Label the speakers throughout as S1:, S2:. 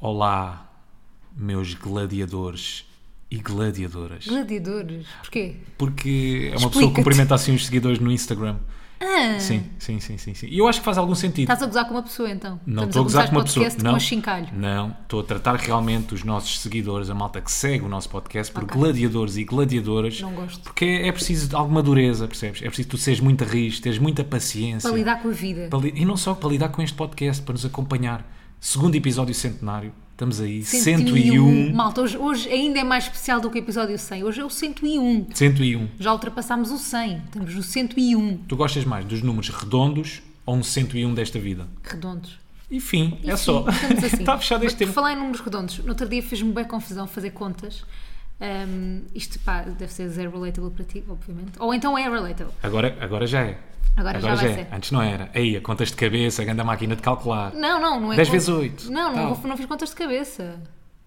S1: Olá, meus gladiadores e gladiadoras.
S2: Gladiadores? Porquê?
S1: Porque é uma pessoa
S2: Explica-te.
S1: que cumprimenta assim os seguidores no Instagram.
S2: Ah,
S1: Sim, sim, sim, sim, sim. E eu acho que faz algum sentido.
S2: Estás a gozar com uma pessoa então?
S1: Não
S2: Estamos
S1: estou a gozar
S2: começar
S1: com uma
S2: este
S1: pessoa.
S2: podcast
S1: Não,
S2: com chincalho.
S1: não, estou a tratar realmente os nossos seguidores, a malta que segue o nosso podcast, por gladiadores e gladiadoras.
S2: Não gosto.
S1: Porque é é preciso de alguma dureza, percebes? É preciso tu seres muito rijo, teres muita paciência.
S2: Para lidar com a vida.
S1: Para li- E não só para lidar com este podcast, para nos acompanhar. Segundo episódio centenário, estamos aí. 101.
S2: Malta, hoje, hoje ainda é mais especial do que o episódio 100. Hoje é o 101.
S1: 101.
S2: Já ultrapassámos o 100. Estamos no 101.
S1: Tu gostas mais dos números redondos ou um 101 desta vida?
S2: Redondos.
S1: Enfim, é
S2: Enfim,
S1: só.
S2: estamos assim.
S1: Está fechado
S2: Mas
S1: este
S2: por
S1: tempo.
S2: falar em números redondos, no outro dia fez-me bem confusão fazer contas. Ahm, isto pá, deve ser zero relatable para ti, obviamente. Ou então é relatable.
S1: Agora, agora já é.
S2: Agora já vai
S1: é.
S2: ser.
S1: Antes não era. Aí, a contas de cabeça, a grande máquina de calcular.
S2: Não, não, não é.
S1: 10
S2: con-
S1: vezes Tá. 8.
S2: Não, não,
S1: Tal.
S2: vou- não fiz contas de cabeça.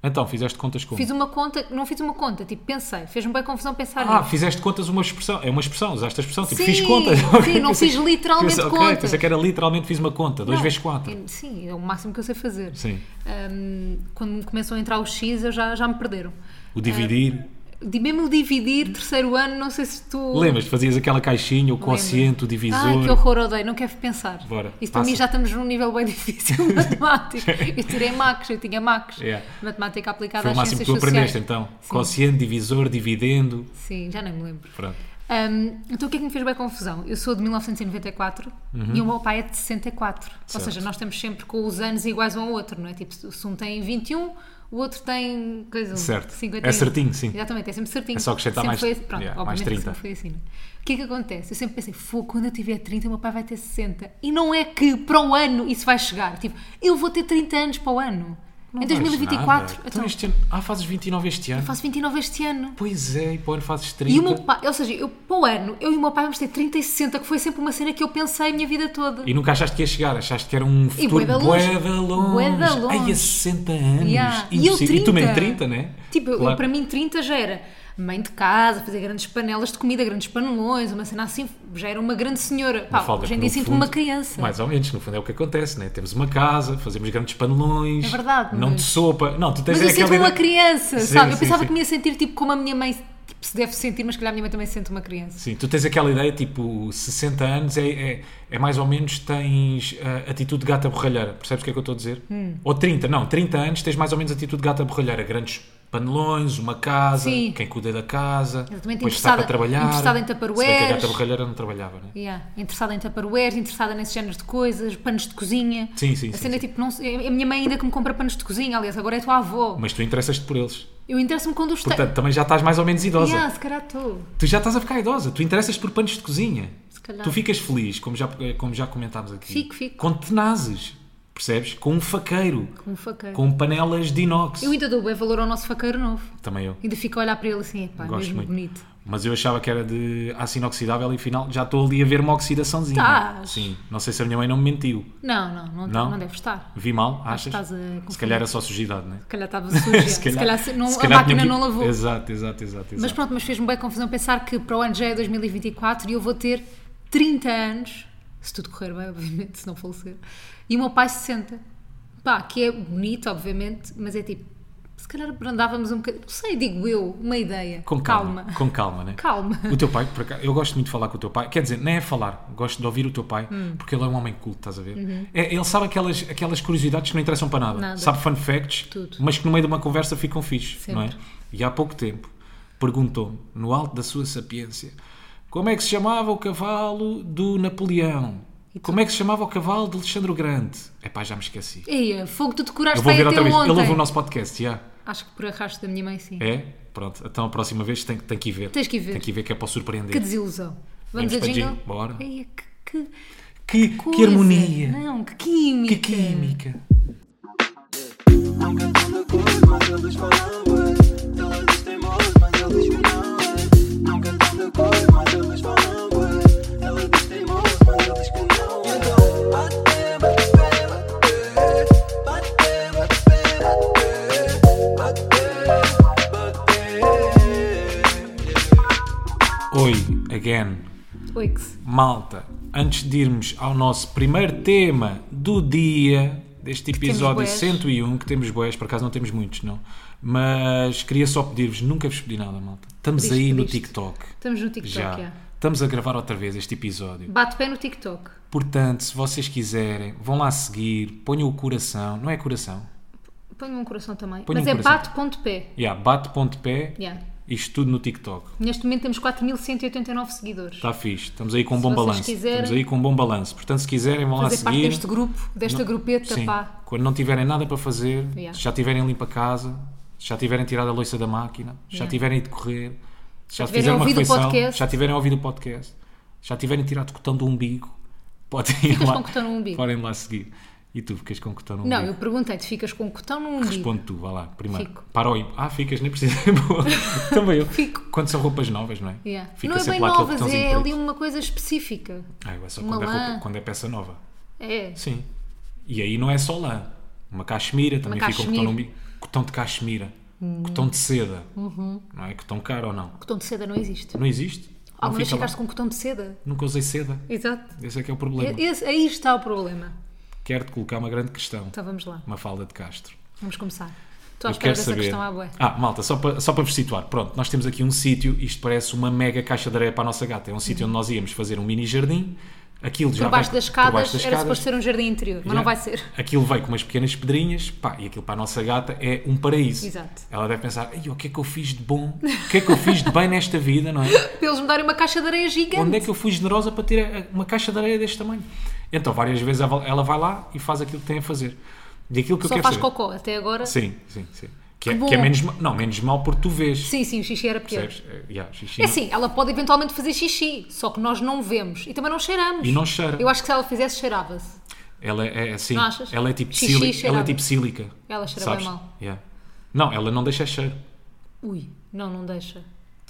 S1: Então, fizeste contas como?
S2: Fiz uma conta, não fiz uma conta, tipo, pensei, fez-me bem confusão pensar
S1: Ah,
S2: nisso.
S1: fizeste contas uma expressão. É uma expressão, usaste a expressão. Tipo,
S2: Sim,
S1: fiz contas.
S2: sim, não
S1: Pensei-
S2: fiz literalmente
S1: pensei- ok,
S2: contas.
S1: pensei que era literalmente fiz uma conta. 2
S2: Não,
S1: vezes 4.
S2: eu- Sim, é o máximo que eu sei fazer.
S1: Sim.
S2: Ahm, quando começam a entrar os X, eu já, já me perderam.
S1: O dividir.
S2: De mesmo dividir, terceiro ano, não sei se tu.
S1: Lembras-te? Fazias aquela caixinha, o quociente, o
S2: Ai, que
S1: divisor.
S2: horror, odeio, não quero pensar.
S1: Bora,
S2: Isso para
S1: passa.
S2: mim já estamos num nível bem difícil de matemática. eu tirei macros, eu tinha macros.
S1: Yeah.
S2: Matemática aplicada
S1: Foi o
S2: às
S1: máximo
S2: ciências
S1: que tu
S2: sociais.
S1: aprendeste, então. Quociente, divisor, dividendo.
S2: Sim, já nem me lembro.
S1: Pronto.
S2: Hum, então o que é que me fez bem confusão? Eu sou de 1994 e o meu pai é de 64. Ou
S1: Uhum. Certo.
S2: seja, nós temos sempre com os anos iguais um ao outro, não é? Tipo, se um tem 21, o outro tem coisa,
S1: Certo.
S2: 51.
S1: É certinho, sim.
S2: Exatamente, é sempre certinho.
S1: É só acrescentar
S2: sempre
S1: mais-
S2: foi, assim- pronto,
S1: yeah, mais
S2: obviamente
S1: 30.
S2: sempre foi assim. não é? O que é que acontece? Eu sempre pensei, "Fogo, quando eu tiver 30, o meu pai vai ter 60. E não é que para o ano isso vai chegar. Tipo, eu vou ter 30 anos para o ano. em 2024.
S1: Então,
S2: Então,
S1: este ano. Ah, fazes 29 este ano.
S2: faço 29 este ano.
S1: Pois é, e para o ano fazes 30.
S2: E o meu pai, ou seja, eu, para o ano, eu e o meu pai vamos ter 30 e 60, que foi sempre uma cena que eu pensei a minha vida toda.
S1: E nunca achaste que ia chegar, achaste que era um futuro
S2: bué da longe.
S1: bué da
S2: Bué da
S1: longe.
S2: longe.
S1: Ai, a 60 anos.
S2: Yeah. E eu
S1: Impossível. E tu
S2: 30.
S1: nem 30, né?
S2: Tipo, eu-
S1: Claro.
S2: para mim 30 já era mãe de casa, fazer grandes panelas de comida, grandes panelões, uma cena assim, já era uma grande senhora. Pá,
S1: Mafalda,
S2: hoje em
S1: que
S2: dia
S1: no
S2: sinto-me
S1: fundo,
S2: uma criança.
S1: Mais ou menos, no fundo é o que acontece, né? Temos uma casa, fazemos grandes panelões.
S2: É verdade,
S1: Não de
S2: mas-
S1: sopa. Não, tu tens
S2: Mas eu
S1: é aquela
S2: sinto-me uma
S1: ideia-
S2: criança,
S1: Sim,
S2: sabe? Eu
S1: sim,
S2: pensava
S1: sim.
S2: que me ia sentir tipo como a minha mãe tipo, se deve sentir, mas se calhar a minha mãe também se sente uma criança.
S1: Sim, tu tens aquela ideia, tipo, 60 anos é, é, é mais ou menos tens ah, atitude de gata borralheira, percebes o que é que eu estou a dizer?
S2: Hum.
S1: Ou 30, não, 30 anos tens mais ou menos atitude de gata borralheira, grandes panelões, uma casa,
S2: Sim.
S1: quem cuida da casa,
S2: Exatamente,
S1: depois está para
S2: interessada-
S1: trabalhar.
S2: interessada em
S1: Se bem que a
S2: tupperwares.
S1: gata borralheira não trabalhava, né?
S2: Yeah. Interessada em tupperwares, interessada nesses géneros de coisas, panos de cozinha.
S1: Sim, sim,
S2: A
S1: sim,
S2: cena é
S1: sim.
S2: tipo, não, sei- é a minha mãe ainda que me compra panos de cozinha, aliás, agora é tua avó.
S1: Mas tu interessas-te por eles.
S2: Eu interesso-me quando os te-
S1: Portanto, também já estás mais ou menos idosa.
S2: Yeah, se calhar estou.
S1: Tu já estás a ficar idosa, tu interessas por panos de cozinha.
S2: Se calhar.
S1: Tu ficas feliz, como já, eh, como já comentámos aqui.
S2: Fico, fico.
S1: Com tenazes, percebes? Com um faqueiro.
S2: Como faqueiro.
S1: Com panelas de inox.
S2: Eu ainda dou bem valor ao nosso faqueiro novo.
S1: Também eu.
S2: Ainda fico a olhar para ele assim, pá,
S1: Gosto
S2: mesmo
S1: muito.
S2: bonito.
S1: Mas eu achava que era de aço inoxidável e afinal já estou ali a ver uma oxidaçãozinha.
S2: Estás.
S1: Sim, não sei se a minha mãe não me mentiu.
S2: Não, não, não,
S1: Não?
S2: não deve estar.
S1: Vi mal, achas?
S2: estás a
S1: se
S2: confundir.
S1: calhar era só sujidade, não é?
S2: Se calhar estava suja. se calhar, se não,
S1: se
S2: a
S1: calhar
S2: máquina
S1: tinha que-
S2: não lavou.
S1: Exato, exato, exato. exato.
S2: Mas pronto, mas fez-me bem confusão pensar que para o ano já é 2024 e eu vou ter 30 anos, se tudo correr bem, obviamente, se não falecer, e o meu pai 60. Pá, que é bonito, obviamente, mas é tipo, se calhar abrandávamos um bocadinho, não sei, digo eu, uma ideia.
S1: Com calma. Com calma, né?
S2: Calma.
S1: O teu pai, por acaso, eu gosto muito de falar com o teu pai, quer dizer, nem é falar, gosto de ouvir o teu pai,
S2: Hum.
S1: porque ele é um homem culto, estás a ver? É, ele sabe aquelas, aquelas curiosidades que não interessam para nada.
S2: Uhum. Nada.
S1: Sabe fun facts,
S2: Tudo.
S1: mas que no meio de uma conversa ficam fixes,
S2: Sempre.
S1: não é? E há pouco tempo perguntou-me, no alto da sua sapiência, como é que se chamava o cavalo do Napoleão? Como é que se chamava o cavalo de Alexandre o Grande? Epá, já me esqueci.
S2: Eia, fogo, tu
S1: Eu
S2: decoraste
S1: vou
S2: aí
S1: ver
S2: até
S1: outra vez.
S2: ontem.
S1: Ele ouve o nosso podcast, já.
S2: Acho que por arrasto da minha mãe, sim.
S1: É? Pronto, então a próxima vez tem, tem que ir ver.
S2: Tens que ir ver.
S1: Tem que ir ver que é para o surpreender.
S2: Que desilusão.
S1: Vamos
S2: Vamos, a
S1: para
S2: jingle?
S1: jingle, bora.
S2: Eia, que, que
S1: Que, que
S2: coisa.
S1: harmonia!
S2: Não, que química.
S1: Que química!
S3: Nunca tanta coisa, mas eles falam ué. Ela diz teimoso, mas ele diz que não é. Nunca tanta coisa, mas eles falam ué. Ela diz teimoso, mas ele diz que não é. Então, bate, bate, bate, bate, bate, bate, bate, bate.
S1: Oi, again,
S2: Oix.
S1: malta. Antes de irmos ao nosso primeiro tema do dia, deste
S2: temos
S1: episódio
S2: bués.
S1: 101, que temos boés, por acaso não temos muitos, não. Mas queria só pedir-vos, nunca vos pedi nada, malta. Estamos
S2: Pediste,
S1: aí no
S2: pediste.
S1: TikTok.
S2: Estamos no TikTok,
S1: já.
S2: já.
S1: Estamos a gravar outra vez este episódio.
S2: Bate pé no TikTok.
S1: Portanto, se vocês quiserem, vão lá seguir, ponham o coração. Não é coração?
S2: Ponho um coração também.
S1: Ponha
S2: Mas
S1: um
S2: é
S1: coração.
S2: bate.pé.
S1: Yeah, bate ponto de pé,
S2: Yeah.
S1: isto tudo no TikTok.
S2: Neste momento temos 4.189 seguidores.
S1: Está fixe. Estamos aí com um
S2: Se
S1: bom
S2: vocês
S1: balanço.
S2: quiserem-
S1: Estamos aí com um bom balanço. Portanto, se quiserem, vão lá
S2: Fazer parte
S1: seguir.
S2: deste grupo, desta
S1: Não-
S2: grupeta,
S1: Sim.
S2: pá.
S1: Quando não tiverem nada para fazer,
S2: Yeah.
S1: se já tiverem limpa a casa, se já tiverem tirado a louça da máquina, se já
S2: Yeah.
S1: tiverem ido correr, se já,
S2: tiverem
S1: fizeram uma
S2: ouvido o
S1: refeição,
S2: podcast.
S1: se já tiverem ouvido o podcast, se já tiverem tirado o cotão do umbigo, podem ir
S2: Ficas
S1: lá,
S2: com o cotão no umbigo?
S1: podem lá seguir. E tu ficas com o cotão no
S2: Não,
S1: umbigo.
S2: eu perguntei-te, ficas com um cotão no umbigo?
S1: Responde tu, vá lá, primeiro.
S2: Fico.
S1: Para o Ah, ficas, nem precisa. Boa. Também eu.
S2: Fico.
S1: Quando são roupas novas, não é?
S2: Yeah.
S1: Fica
S2: Não é
S1: sempre
S2: bem
S1: lá aquele
S2: novas,
S1: botãozinho
S2: é
S1: preto.
S2: ali uma coisa específica.
S1: Ah, é só
S2: Uma
S1: quando é,
S2: lã.
S1: roupa- quando é peça nova.
S2: É.
S1: Sim. E aí não é só lã. Uma cachemira também fica um
S2: cachemira. Hum.
S1: cotão, no umbigo. cotão de cachemira. Cotão de seda.
S2: Uhum.
S1: Não é cotão caro ou não?
S2: Cotão de seda não existe.
S1: Não existe. Não
S2: Alguma vez
S1: fica lá.
S2: ficaste com um cotão de seda?
S1: Nunca usei seda.
S2: Exato.
S1: Esse é que é o problema.
S2: Esse- aí está o problema.
S1: Quero-te colocar uma grande questão.
S2: Então vamos lá,
S1: Uma falda de Castro.
S2: vamos começar. Estou
S1: Eu
S2: à espera
S1: quero
S2: dessa
S1: saber.
S2: questão é à boé.
S1: Ah, malta, só para, só para vos situar. Pronto, nós temos aqui um sítio, isto parece uma mega caixa de areia para a nossa gata. É um sítio onde nós íamos fazer um mini jardim. Aquilo já
S2: Por baixo
S1: vai-
S2: das
S1: por
S2: escadas
S1: baixo das
S2: era
S1: escadas.
S2: suposto ser um jardim interior, mas
S1: Yeah.
S2: não vai ser.
S1: Aquilo veio com umas pequenas pedrinhas, pá, e aquilo para a nossa gata é um paraíso.
S2: Exato.
S1: Ela deve pensar, "Ei, o que é que eu fiz de bom? O que é que eu fiz de bem nesta vida, não é?
S2: Para eles me darem uma caixa de areia gigante.
S1: Onde é que eu fui generosa para ter a- uma caixa de areia deste tamanho? Então, várias vezes ela ela vai lá e faz aquilo que tem a fazer. E aquilo que eu
S2: Só
S1: quero
S2: faz
S1: saber-
S2: cocó até agora.
S1: Sim, sim, sim. Que é,
S2: Que bom.
S1: que é menos mal, não, menos mal porque tu vês.
S2: sim, sim, o xixi era pior.
S1: percebes? É, yeah, xixi.
S2: É assim, ela pode eventualmente fazer xixi, só que nós não vemos e também não cheiramos.
S1: E não cheira.
S2: Eu acho que se ela fizesse, cheirava-se.
S1: Ela é é assim,
S2: Não achas?
S1: ela é tipo
S2: Xixi
S1: sílica, ela é
S2: cheirava.
S1: tipo sílica.
S2: Ela cheira bem
S1: sabes?
S2: mal.
S1: Yeah. Não, ela não deixa cheiro.
S2: Ui, não, não deixa.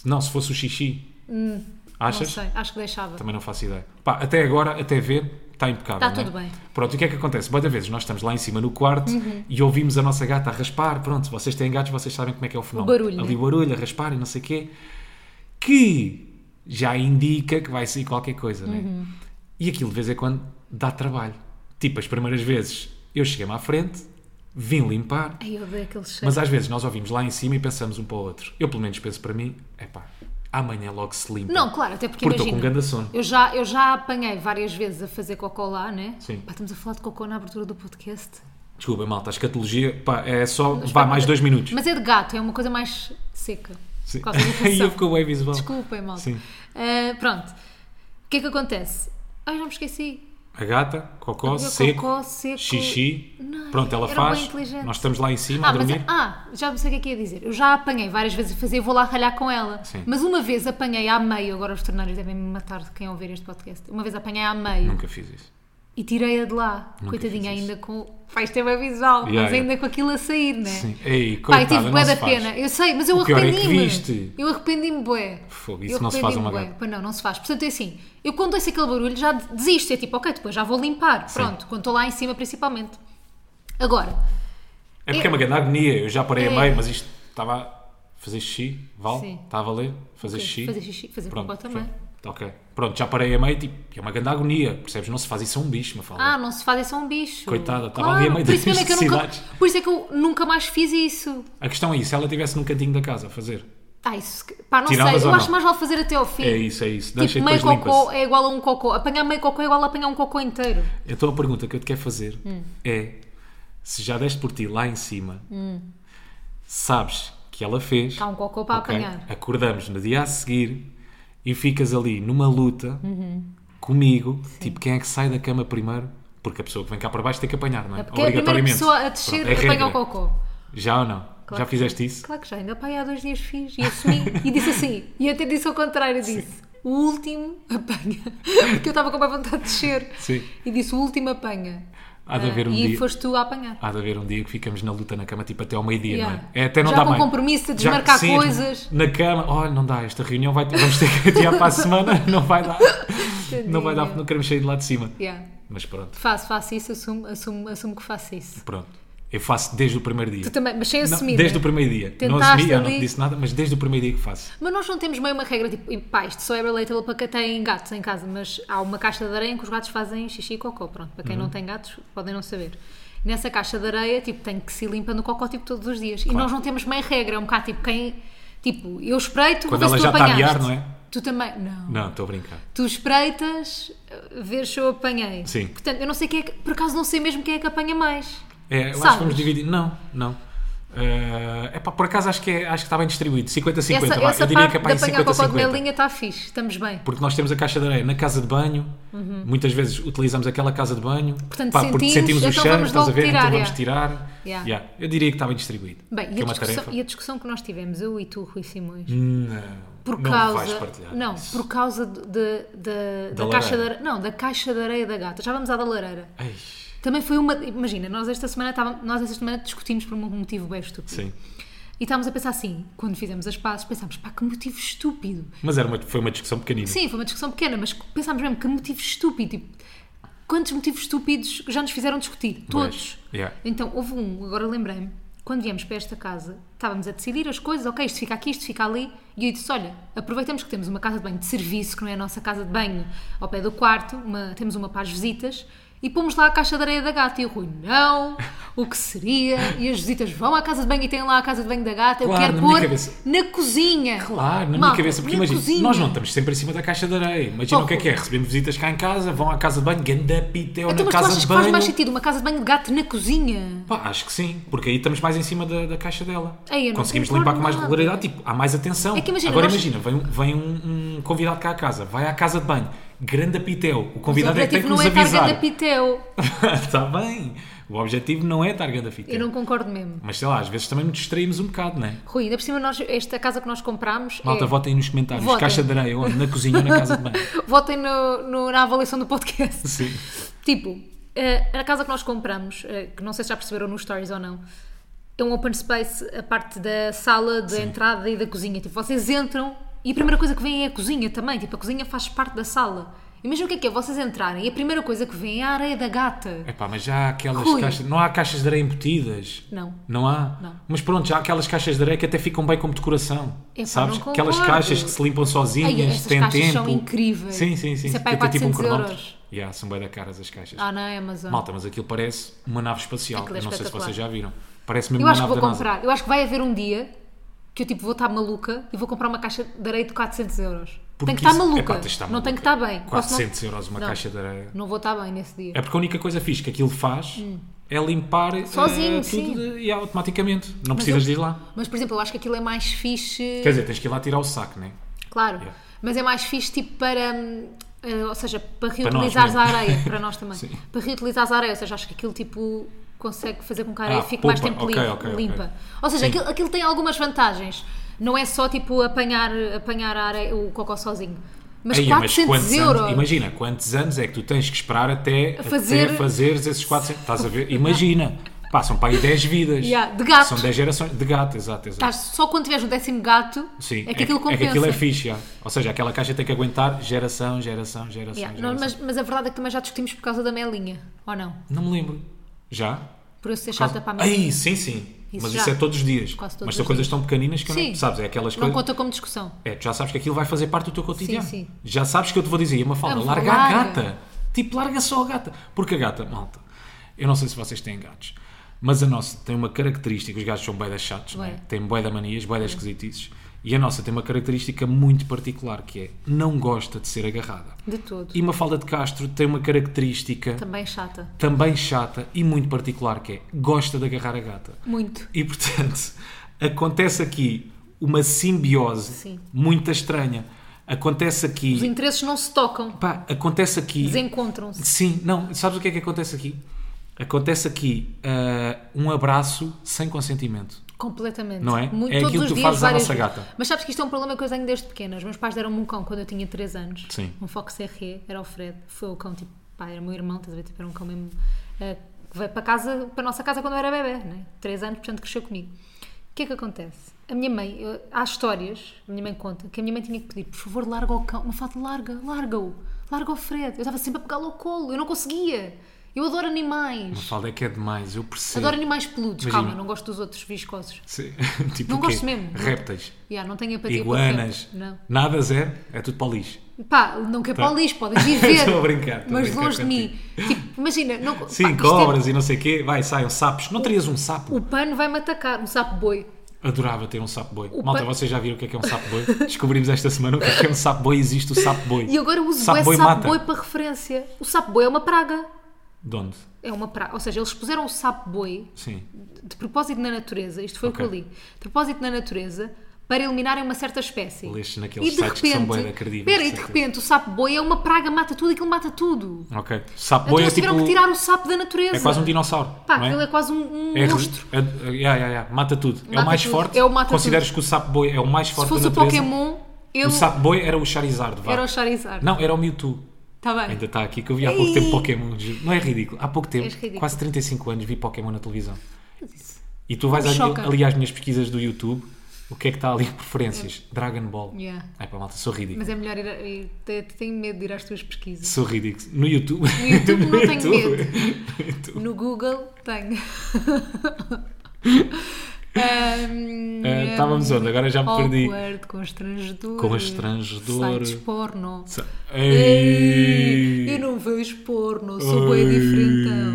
S1: Não, se fosse o xixi. Achas?
S2: Hum, Não sei, acho que deixava.
S1: Também não faço ideia. Pá, até agora, até ver, está impecável.
S2: Está
S1: não é?
S2: Tá tudo bem. Uhum.
S1: Pronto, e o que é que acontece? Boa vezes nós estamos lá em cima no quarto e ouvimos a nossa gata a raspar. Pronto, vocês têm gatos, vocês sabem como é que é o fenómeno.
S2: barulho,
S1: Ali
S2: né?
S1: o barulho, a raspar e não sei o quê. Que já indica que vai sair qualquer coisa, né?
S2: Uhum.
S1: E aquilo de vez em quando dá trabalho. Tipo, as primeiras vezes eu cheguei-me à frente, vim limpar,
S2: Ai, eu odeio aquele cheiro.
S1: mas às vezes nós ouvimos lá em cima e pensamos um para o outro. Eu, pelo menos, penso para mim, epá, amanhã logo se limpa.
S2: Não, claro, até porque
S1: Porque estou com
S2: imagina.
S1: ganda sono.
S2: Eu já, eu já apanhei várias vezes a fazer cocó lá, né?
S1: Sim.
S2: Pá, estamos a falar de cocó na abertura do podcast.
S1: Desculpa, malta, a escatologia, pá, é só,
S2: Mas
S1: vá,
S2: pá,
S1: mais
S2: mas-
S1: dois minutos.
S2: Mas é de gato, é uma coisa mais seca.
S1: Sim.
S2: Por causa da
S1: Aí
S2: função.
S1: eu ficou bem visual.
S2: Desculpem, malta.
S1: Sim.
S2: Ah, pronto. O que é que acontece? Ai, já me esqueci.
S1: A gata, cocó,
S2: Havia
S1: seco,
S2: cocó, seco.
S1: xixi,
S2: Não,
S1: pronto, ela
S2: era bem
S1: faz,
S2: inteligente.
S1: nós estamos lá em cima
S2: Ah,
S1: a
S2: mas-
S1: dormir.
S2: ah, já não sei o que é que ia dizer. Eu já a apanhei várias vezes a fazer, vou lá ralhar com ela.
S1: Sim.
S2: Mas uma vez apanhei à meio, agora os tornários devem me matar de quem ouvir este podcast. Uma vez apanhei à meio
S1: Nunca fiz isso.
S2: e tirei-a de lá.
S1: Nunca
S2: Coitadinha,
S1: fiz isso.
S2: ainda com. Faz ter bem visual,
S1: Yeah,
S2: mas
S1: yeah.
S2: ainda com aquilo a sair, né?
S1: Sim. Ei,
S2: Pá,
S1: coitada,
S2: eu tive
S1: não
S2: bué
S1: se
S2: da
S1: faz.
S2: pena. Eu sei, mas eu
S1: O pior é que
S2: arrependi-me.
S1: viste.
S2: eu arrependi-me bué.
S1: Fogo,
S2: Eu
S1: isso não se faz a uma
S2: arrependi-me
S1: gata.
S2: bué. Pois não, não se faz. Portanto, é assim, eu quando ouço aquele barulho já de- desisto. É tipo, ok, depois já vou limpar. Pronto, quando estou lá em cima principalmente. Agora,
S1: É porque é uma grande agonia, eu já parei
S2: É.
S1: a meio, mas isto estava a fazer xixi, vale?
S2: Sim.
S1: Está a valer? Fazer
S2: Ok,
S1: xixi?
S2: fazer xixi, fazer cocó também.
S1: foi. Ok, pronto, já parei a meio, tipo, é uma grande agonia, percebes? Não se faz isso a um bicho, me fala.
S2: ah, não se faz, é só um bicho.
S1: Coitada, estava ali a meio
S2: por isso
S1: das
S2: mesmo é que eu nunca,
S1: necessidades.
S2: Por isso é que eu nunca mais fiz isso.
S1: A questão é isso, se ela estivesse num cantinho da casa a fazer.
S2: Ah, isso. que- Pá, não
S1: Tiravas
S2: sei. Eu
S1: ou
S2: acho
S1: não?
S2: mais vale fazer até ao fim.
S1: É isso, é isso. Deixa
S2: Tipo,
S1: e
S2: meio
S1: depois
S2: cocô
S1: limpa-se.
S2: é igual a um cocô. Apanhar meio cocô é igual a apanhar um cocô inteiro.
S1: Então a pergunta que eu te quero fazer
S2: Hum.
S1: é: se já deste por ti lá em cima, sabes que ela fez.
S2: Hum. Há um cocô para
S1: ok?
S2: apanhar.
S1: Acordamos no dia a seguir e ficas ali numa luta
S2: Uhum.
S1: comigo, tipo, quem é que sai da cama primeiro? Porque a pessoa que vem cá para baixo tem que apanhar, não é?
S2: É porque é a primeira pessoa a descer
S1: Pronto, é
S2: apanha
S1: regra.
S2: o cocô.
S1: Já ou não?
S2: Claro
S1: já
S2: que
S1: fizeste
S2: sim.
S1: isso?
S2: Claro que já, ainda pai há dois dias fiz e assumi e disse assim, e até disse ao contrário, disse o último apanha, porque eu estava com a vontade de descer
S1: Sim.
S2: e disse o último apanha.
S1: Há de haver um
S2: Ah, e
S1: dia.
S2: foste tu a apanhar.
S1: Há de haver um dia que ficamos na luta na cama, tipo até ao meio-dia,
S2: Yeah.
S1: não é? É até não
S2: Já
S1: dá
S2: com
S1: mais.
S2: compromisso de
S1: Já-
S2: desmarcar
S1: sim,
S2: coisas.
S1: Na cama, olha, não dá, esta reunião vai, vamos ter que adiar para a semana, não vai dar. Não vai dar, porque não queremos sair de lá de cima.
S2: Yeah.
S1: Mas pronto,
S2: Faço, faço isso, assumo, assumo, assumo que faço isso.
S1: pronto. Eu faço desde o primeiro dia.
S2: Tu também, mas sem
S1: Não,
S2: assumir.
S1: desde
S2: né?
S1: o primeiro dia. não
S2: Tentaste
S1: assumi, eu não
S2: ali.
S1: te disse nada, mas desde o primeiro dia que faço.
S2: Mas nós não temos meio uma regra, tipo, e pá, isto só é relatable para quem tem gatos em
S1: Uhum.
S2: casa, mas há uma caixa de areia em que os gatos fazem xixi e cocó, pronto, para quem não tem gatos podem não saber. nessa caixa de areia, tipo, tem que se ir limpando o cocó, tipo, todos os dias. E nós não temos meio regra, é um bocado tipo, quem, tipo, eu espreito,
S1: Quando
S2: vou ver
S1: ela
S2: se tu
S1: já está a
S2: apanhaste.
S1: miar, não é?
S2: Tu também, não.
S1: Não, estou a brincar.
S2: Tu espreitas, ver se eu apanhei.
S1: Sim.
S2: Portanto, eu não sei quem é que, por acaso não sei mesmo quem é que apanha mais.
S1: É, eu acho que
S2: Sabes?
S1: vamos dividir. Não, não. é pá, por acaso acho que, é- acho que está bem distribuído. 50-50.
S2: essa
S1: vá.
S2: essa
S1: eu diria
S2: parte
S1: que é
S2: de
S1: pá, em
S2: apanhar cocó
S1: 50-50.
S2: de melinha está fixe, estamos bem.
S1: Porque nós temos a caixa de areia na casa de banho, muitas vezes utilizamos aquela casa de banho,
S2: Uhum. Portanto,
S1: pá, porque
S2: sentimos,
S1: sentimos o
S2: então
S1: cheiro,
S2: vamos
S1: estás a
S2: logo
S1: ver?
S2: tirar,
S1: então
S2: yeah.
S1: vamos tirar.
S2: Yeah.
S1: Yeah. Eu diria que está bem distribuído.
S2: Bem,
S1: que
S2: e
S1: é
S2: a,
S1: uma
S2: discussão,
S1: tarefa.
S2: e a discussão que nós tivemos, eu e tu, Rui Simões,
S1: Não,
S2: por
S1: não
S2: causa
S1: vais partilhar.
S2: não
S1: isso.
S2: por causa de, de- de- da,
S1: Da
S2: caixa de,
S1: lareira.
S2: are- não da caixa de areia da gata já vamos à da lareira
S1: Ai,
S2: também foi uma imagina nós esta semana estávamos, nós esta semana discutimos por um motivo bem estúpido
S1: sim.
S2: e estávamos a pensar assim quando fizemos as pazes pensámos pá que motivo estúpido
S1: Mas era uma, foi uma discussão pequenina.
S2: sim foi uma discussão pequena mas pensámos mesmo que motivo estúpido tipo, quantos motivos estúpidos já nos fizeram discutir todos
S1: Pois, yeah.
S2: então, houve um, agora lembrei-me, quando viemos para esta casa, estávamos a decidir as coisas, ok, isto fica aqui, isto fica ali, e eu disse: olha, aproveitamos que temos uma casa de banho de serviço, que não é a nossa casa de banho, ao pé do quarto, uma- temos uma para as visitas, e pomos lá a caixa de areia da gata. E o Rui, não, o que seria? E as visitas vão à casa de banho e têm lá a casa de banho da gata,
S1: Claro,
S2: eu quero
S1: na minha
S2: pôr
S1: cabeça.
S2: na cozinha.
S1: Claro, na minha
S2: Malta,
S1: cabeça, porque
S2: na
S1: imagina,
S2: cozinha.
S1: nós não estamos sempre em cima da caixa de areia. Imagina
S2: Oh,
S1: o que é que é. Recebemos visitas cá em casa, vão à casa de banho, ganda pitel na
S2: Então, mas tu
S1: casa
S2: achas
S1: de
S2: que faz mais
S1: banho.
S2: sentido uma casa de banho de gato na cozinha?
S1: Pá, acho que sim, porque aí estamos mais em cima da, da caixa dela.
S2: Ei, eu não
S1: Conseguimos
S2: concordo
S1: limpar com mais
S2: nada.
S1: regularidade, tipo, há mais atenção.
S2: É que imagina,
S1: Agora
S2: nós-
S1: imagina, vem, um- vem um, um convidado cá à casa, vai à casa de banho, grande apitel. O
S2: O
S1: convidado é que tem
S2: objetivo
S1: que
S2: não
S1: nos
S2: é estar
S1: avisar.
S2: a pitel.
S1: Está bem, o objetivo não é estar ganda
S2: Eu
S1: pitel.
S2: não concordo mesmo.
S1: Mas sei lá, às vezes também nos distraímos um bocado, não é?
S2: Rui, ainda por cima, nós, esta casa que nós comprámos.
S1: Malta,
S2: é-
S1: votem nos comentários.
S2: Votem.
S1: Caixa de areia, onde? Na cozinha ou na casa de banho?
S2: Votem no- no- na avaliação do podcast.
S1: Sim.
S2: Tipo, eh, a casa que nós compramos, eh, que não sei se já perceberam nos stories ou não, é um open space, a parte da sala, da entrada e da cozinha. Tipo, vocês entram e a primeira coisa que vem é a cozinha também. Tipo, a cozinha faz parte da sala. Imagina o que é que é vocês entrarem e a primeira coisa que vem é a areia da gata.
S1: Epá, mas já há aquelas
S2: Rui.
S1: caixas. Não há caixas de areia embutidas?
S2: Não.
S1: Não há?
S2: Não.
S1: Mas pronto, já há aquelas caixas de areia que até ficam bem como decoração.
S2: Epá,
S1: sabes?
S2: não
S1: Aquelas
S2: concordo.
S1: caixas que se limpam
S2: Ai,
S1: sozinhas,
S2: essas
S1: têm
S2: caixas
S1: tempo.
S2: são incríveis.
S1: Sim, sim, sim.
S2: Isso é pá,
S1: Que
S2: é
S1: até tipo um
S2: 400
S1: cronómetro.
S2: euros.
S1: Yeah, são bem da caras as caixas.
S2: Ah, na Amazon.
S1: Malta, mas aquilo parece uma nave espacial.
S2: Aquilo é
S1: Eu não sei se
S2: espetacular.
S1: vocês já viram. Parece mesmo
S2: Eu
S1: uma
S2: acho que
S1: nave
S2: vou
S1: da NASA.
S2: comprar. Eu acho que vai haver um dia que eu tipo vou estar maluca e vou comprar uma caixa de areia de 400 euros. tem que estar
S1: isso-
S2: maluca.
S1: epá, tens de estar
S2: Não tem que
S1: maluca.
S2: estar bem. Posso
S1: 400 euros uma
S2: Não.
S1: caixa de areia.
S2: não... não vou estar bem nesse dia.
S1: É porque a única coisa fixe que aquilo faz é limpar eh,
S2: Hum. Sozinho,
S1: tudo
S2: sim.
S1: e automaticamente. Não precisas de ir lá.
S2: Mas, por exemplo, eu acho que aquilo é mais fixe.
S1: Quer dizer, tens que ir lá tirar o saco, não é?
S2: Claro.
S1: Yeah.
S2: Mas é mais fixe tipo para. hum, eh, ou seja, para
S1: nós
S2: reutilizares a
S1: mesmo.
S2: areia. Para nós também.
S1: Sim.
S2: para reutilizares a areia. Ou seja, acho que aquilo tipo consegue fazer com que a areia
S1: Ah,
S2: fique
S1: poupa.
S2: mais tempo
S1: Ok,
S2: lim- limpa.
S1: ok, ok.
S2: Ou seja, aquilo, aquilo tem algumas vantagens. Não é só tipo apanhar, apanhar a areia, o cocó sozinho. Mas
S1: Ei,
S2: 400
S1: quantos
S2: euros.
S1: Anos, imagina, quantos anos é que tu tens que esperar até,
S2: A fazer-
S1: até fazeres esses 400? Estás a ver? Imagina. Passam para aí 10 vidas.
S2: Yeah, de gato.
S1: São 10 gerações. De gato, exato, exato.
S2: Estás só quando tiveres no décimo gato
S1: Sim,
S2: é que aquilo compensa.
S1: é que aquilo é fixe, já. ou seja, aquela caixa tem que aguentar geração, geração, geração.
S2: Yeah,
S1: geração.
S2: nós- mas, mas a verdade é que também já discutimos por causa da melinha, ou não?
S1: Não me lembro. Já?
S2: Por eu ser chata para a melinha.
S1: Ai, sim, sim.
S2: Isso
S1: mas
S2: já.
S1: isso é todos os dias.
S2: Quase todos
S1: mas são
S2: os
S1: coisas tão pequeninas que eu
S2: Sim.
S1: não. Sabes? É aquelas
S2: Não
S1: coisas.
S2: conta como discussão.
S1: É, tu já sabes que aquilo vai fazer parte do teu cotidiano.
S2: sim.
S1: Já sabes que eu te vou dizer, e uma fala,
S2: Não,
S1: larga
S2: larga.
S1: a gata. Tipo, larga só a gata. Porque a gata, malta, eu não sei se vocês têm gatos, mas a nossa tem uma característica, os gatos são boedas chatos, não é?
S2: Bué. Uhum.
S1: têm boeda manias, boeda esquisitices, e a nossa tem uma característica muito particular, que é, não gosta de ser agarrada.
S2: De todo.
S1: E uma falda de Castro tem uma característica
S2: Também é chata.
S1: também chata e muito particular, que é, gosta de agarrar a gata.
S2: Muito.
S1: E portanto, acontece aqui uma simbiose
S2: Sim.
S1: muito estranha. Acontece
S2: Os
S1: aqui.
S2: interesses não se tocam,
S1: Pá, acontece aqui.
S2: desencontram-se.
S1: Sim, não, sabes o que é que acontece aqui? Acontece aqui ah, um abraço sem consentimento.
S2: Completamente.
S1: Não é?
S2: Muito,
S1: É
S2: todos
S1: aquilo
S2: os
S1: que tu
S2: dias,
S1: fazes à
S2: várias
S1: nossa
S2: vezes.
S1: gata.
S2: Mas sabes que isto é um problema que eu tenho desde pequena. Os meus pais deram-me um cão quando eu tinha 3 anos.
S1: Sim.
S2: Um Fox RE, era o Fred. Foi o cão, tipo, pá, era o meu irmão, estás a ver? Tipo, era um cão mesmo eh, que veio para casa, para a nossa casa quando eu era bebê, né? 3 anos, portanto cresceu comigo. O que é que acontece? A minha mãe, eu- há histórias, a minha mãe conta, que a minha mãe tinha que pedir, por favor, larga o cão. Uma fada, larga, larga-o. Larga o Fred. Eu estava sempre a pegá-lo ao colo, eu não conseguia. Eu adoro animais.
S1: Mafalda é que é demais, eu percebo.
S2: Adoro animais peludos,
S1: Imagina.
S2: calma, não gosto dos outros viscosos.
S1: Sim. tipo
S2: Não
S1: o quê?
S2: gosto mesmo.
S1: Répteis,
S2: Yeah, não tenho empatia por
S1: iguanas,
S2: répteis, Não.
S1: nada zero, é tudo para o lixo.
S2: Pá, não quer para o lixo, podem viver.
S1: Tá. Estou a brincar, estou a
S2: mas
S1: brincar
S2: longe de mim.
S1: contigo.
S2: Tipo, imagina, não, pá,
S1: Sim,
S2: isto é-
S1: cobras e não sei o quê, vai, saiam sapos. Não terias um sapo?
S2: o pano vai-me atacar, um sapo boi.
S1: Adorava ter um sapo boi.
S2: O
S1: Malta,
S2: pa-
S1: vocês já viram o que é que é um sapo boi? Descobrimos esta semana o que é que é um sapo boi, existe o sapo boi.
S2: E agora uso
S1: Sapo
S2: bué
S1: boi
S2: sapo
S1: mata.
S2: boi para referência. O sapo boi é uma praga.
S1: De onde?
S2: É uma praga. Ou seja, eles puseram o sapo boi
S1: Sim.
S2: de propósito na natureza, isto foi
S1: Ok.
S2: o que eu li, de propósito na natureza para eliminarem uma certa espécie.
S1: Leste naqueles sites que são bué da credíveis,
S2: Espera, e
S1: de
S2: de
S1: certeza.
S2: repente o sapo boi é uma praga, mata tudo, aquilo mata tudo.
S1: Ok. Sapo
S2: então
S1: boi é
S2: eles tiveram
S1: tipo.
S2: que tirar o sapo da natureza.
S1: É quase um dinossauro.
S2: Pá,
S1: não é?
S2: aquilo é quase um, um
S1: É,
S2: monstro.
S1: é- é- yeah, yeah, yeah, Mata tudo. é
S2: Mata
S1: o mais
S2: tudo.
S1: forte.
S2: É o mata
S1: Consideras que o sapo boi é o mais
S2: Se
S1: forte
S2: fosse
S1: da
S2: o
S1: natureza?
S2: Pokémon, ele
S1: O sapo boi era o Charizard, vá.
S2: era o Charizard.
S1: Não, era o Mewtwo.
S2: Está bem.
S1: Ainda está aqui, que eu vi há pouco
S2: Ei.
S1: tempo Pokémon. juro. Não é ridículo? Há pouco tempo,
S2: És ridículo.
S1: quase 35 anos, vi Pokémon na televisão.
S2: Mas isso-
S1: E tu vais
S2: Me
S1: ali,
S2: choca.
S1: ali às minhas pesquisas do YouTube, o que é que está ali em preferências? Dragon Ball.
S2: Yeah.
S1: Ai pá, malta, sou ridículo.
S2: Mas é melhor ir. a- ir- te- te- Tenho medo de ir às tuas pesquisas.
S1: Sou ridículo. No YouTube.
S2: No YouTube não tenho medo.
S1: No YouTube.
S2: No Google tenho. Ahm,
S1: Eh, estávamos onde? Agora já me perdi.
S2: Awkward, constrangedor.
S1: Constrangedor.
S2: Sites porno.
S1: Ei.
S2: Eu não vejo porno, sou bem diferentão.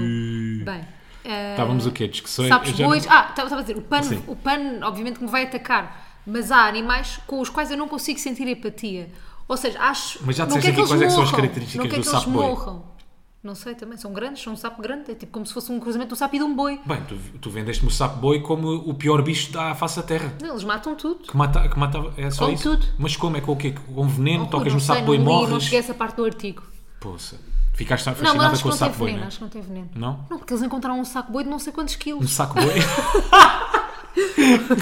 S2: Bem. eh,
S1: Estávamos o quê? Discussões?
S2: Sabes,
S1: Eu já não-
S2: bois. Ah, estava estava a dizer, o
S1: Sim.
S2: pano, o pano, obviamente, que me vai atacar, mas há animais com os quais eu não consigo sentir empatia. Ou seja, acho.
S1: Mas já
S2: não
S1: disseste
S2: quero
S1: aqui
S2: eles
S1: quais é que são as
S2: morram,
S1: características
S2: não quero
S1: do
S2: que eles
S1: sapo-boi.
S2: morram. Não sei também, são grandes, são um sapo grande, é tipo como se fosse um cruzamento de um sapo e de um boi.
S1: Bem, tu, tu vendeste-me o sapo boi como o pior bicho da face da terra.
S2: Não, Eles matam tudo.
S1: Que mata, que mata é só
S2: Com
S1: isso?
S2: tudo.
S1: Mas como? É com o quê? Com veneno?
S2: Oh,
S1: tocas
S2: não
S1: no
S2: sei,
S1: sapo boi e
S2: não li, Não
S1: morres?
S2: cheguei a essa parte do artigo.
S1: Poxa, ficaste
S2: Não, mas
S1: fascinada
S2: acho
S1: com
S2: que
S1: o
S2: não tem
S1: sapo boi,
S2: veneno,
S1: não é?
S2: acho que não tem veneno.
S1: Não?
S2: Não, porque eles encontraram um saco boi de não sei quantos
S1: Um
S2: quilos.
S1: saco boi?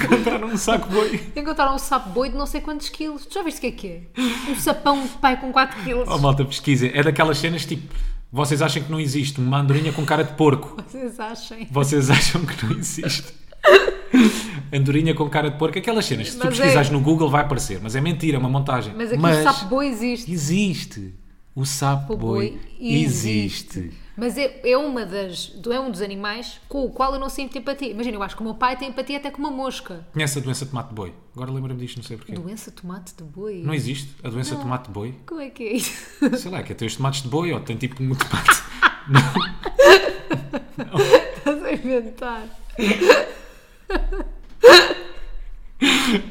S1: Encontraram um saco boi.
S2: Encontraram um sapo boi de não sei quantos quilos. Tu já viste o que é que é? Um sapão de pai com 4 quilos.
S1: Oh malta, pesquisem. É daquelas cenas tipo, vocês acham que não existe uma andorinha com cara de porco.
S2: Vocês achem?
S1: Vocês acham que não existe. Andorinha com cara de porco, aquelas cenas, se tu
S2: Mas é-
S1: pesquisares no Google vai aparecer, mas é mentira, é uma montagem.
S2: Mas aqui o sapo boi existe.
S1: existe. O sapo
S2: O boi
S1: boi
S2: existe.
S1: existe.
S2: Mas é, é uma das, é um dos animais com o qual eu não sinto empatia. Imagina, eu acho que o meu pai tem empatia até com uma mosca.
S1: Conhece a doença de tomate de boi? Agora lembra-me disto, não sei porquê.
S2: Doença de tomate de boi?
S1: Não é existe a doença de tomate de boi?
S2: Como é que é isso?
S1: Sei lá, que tem os tomates de boi ou tem tipo um tomate.
S2: Estás a inventar.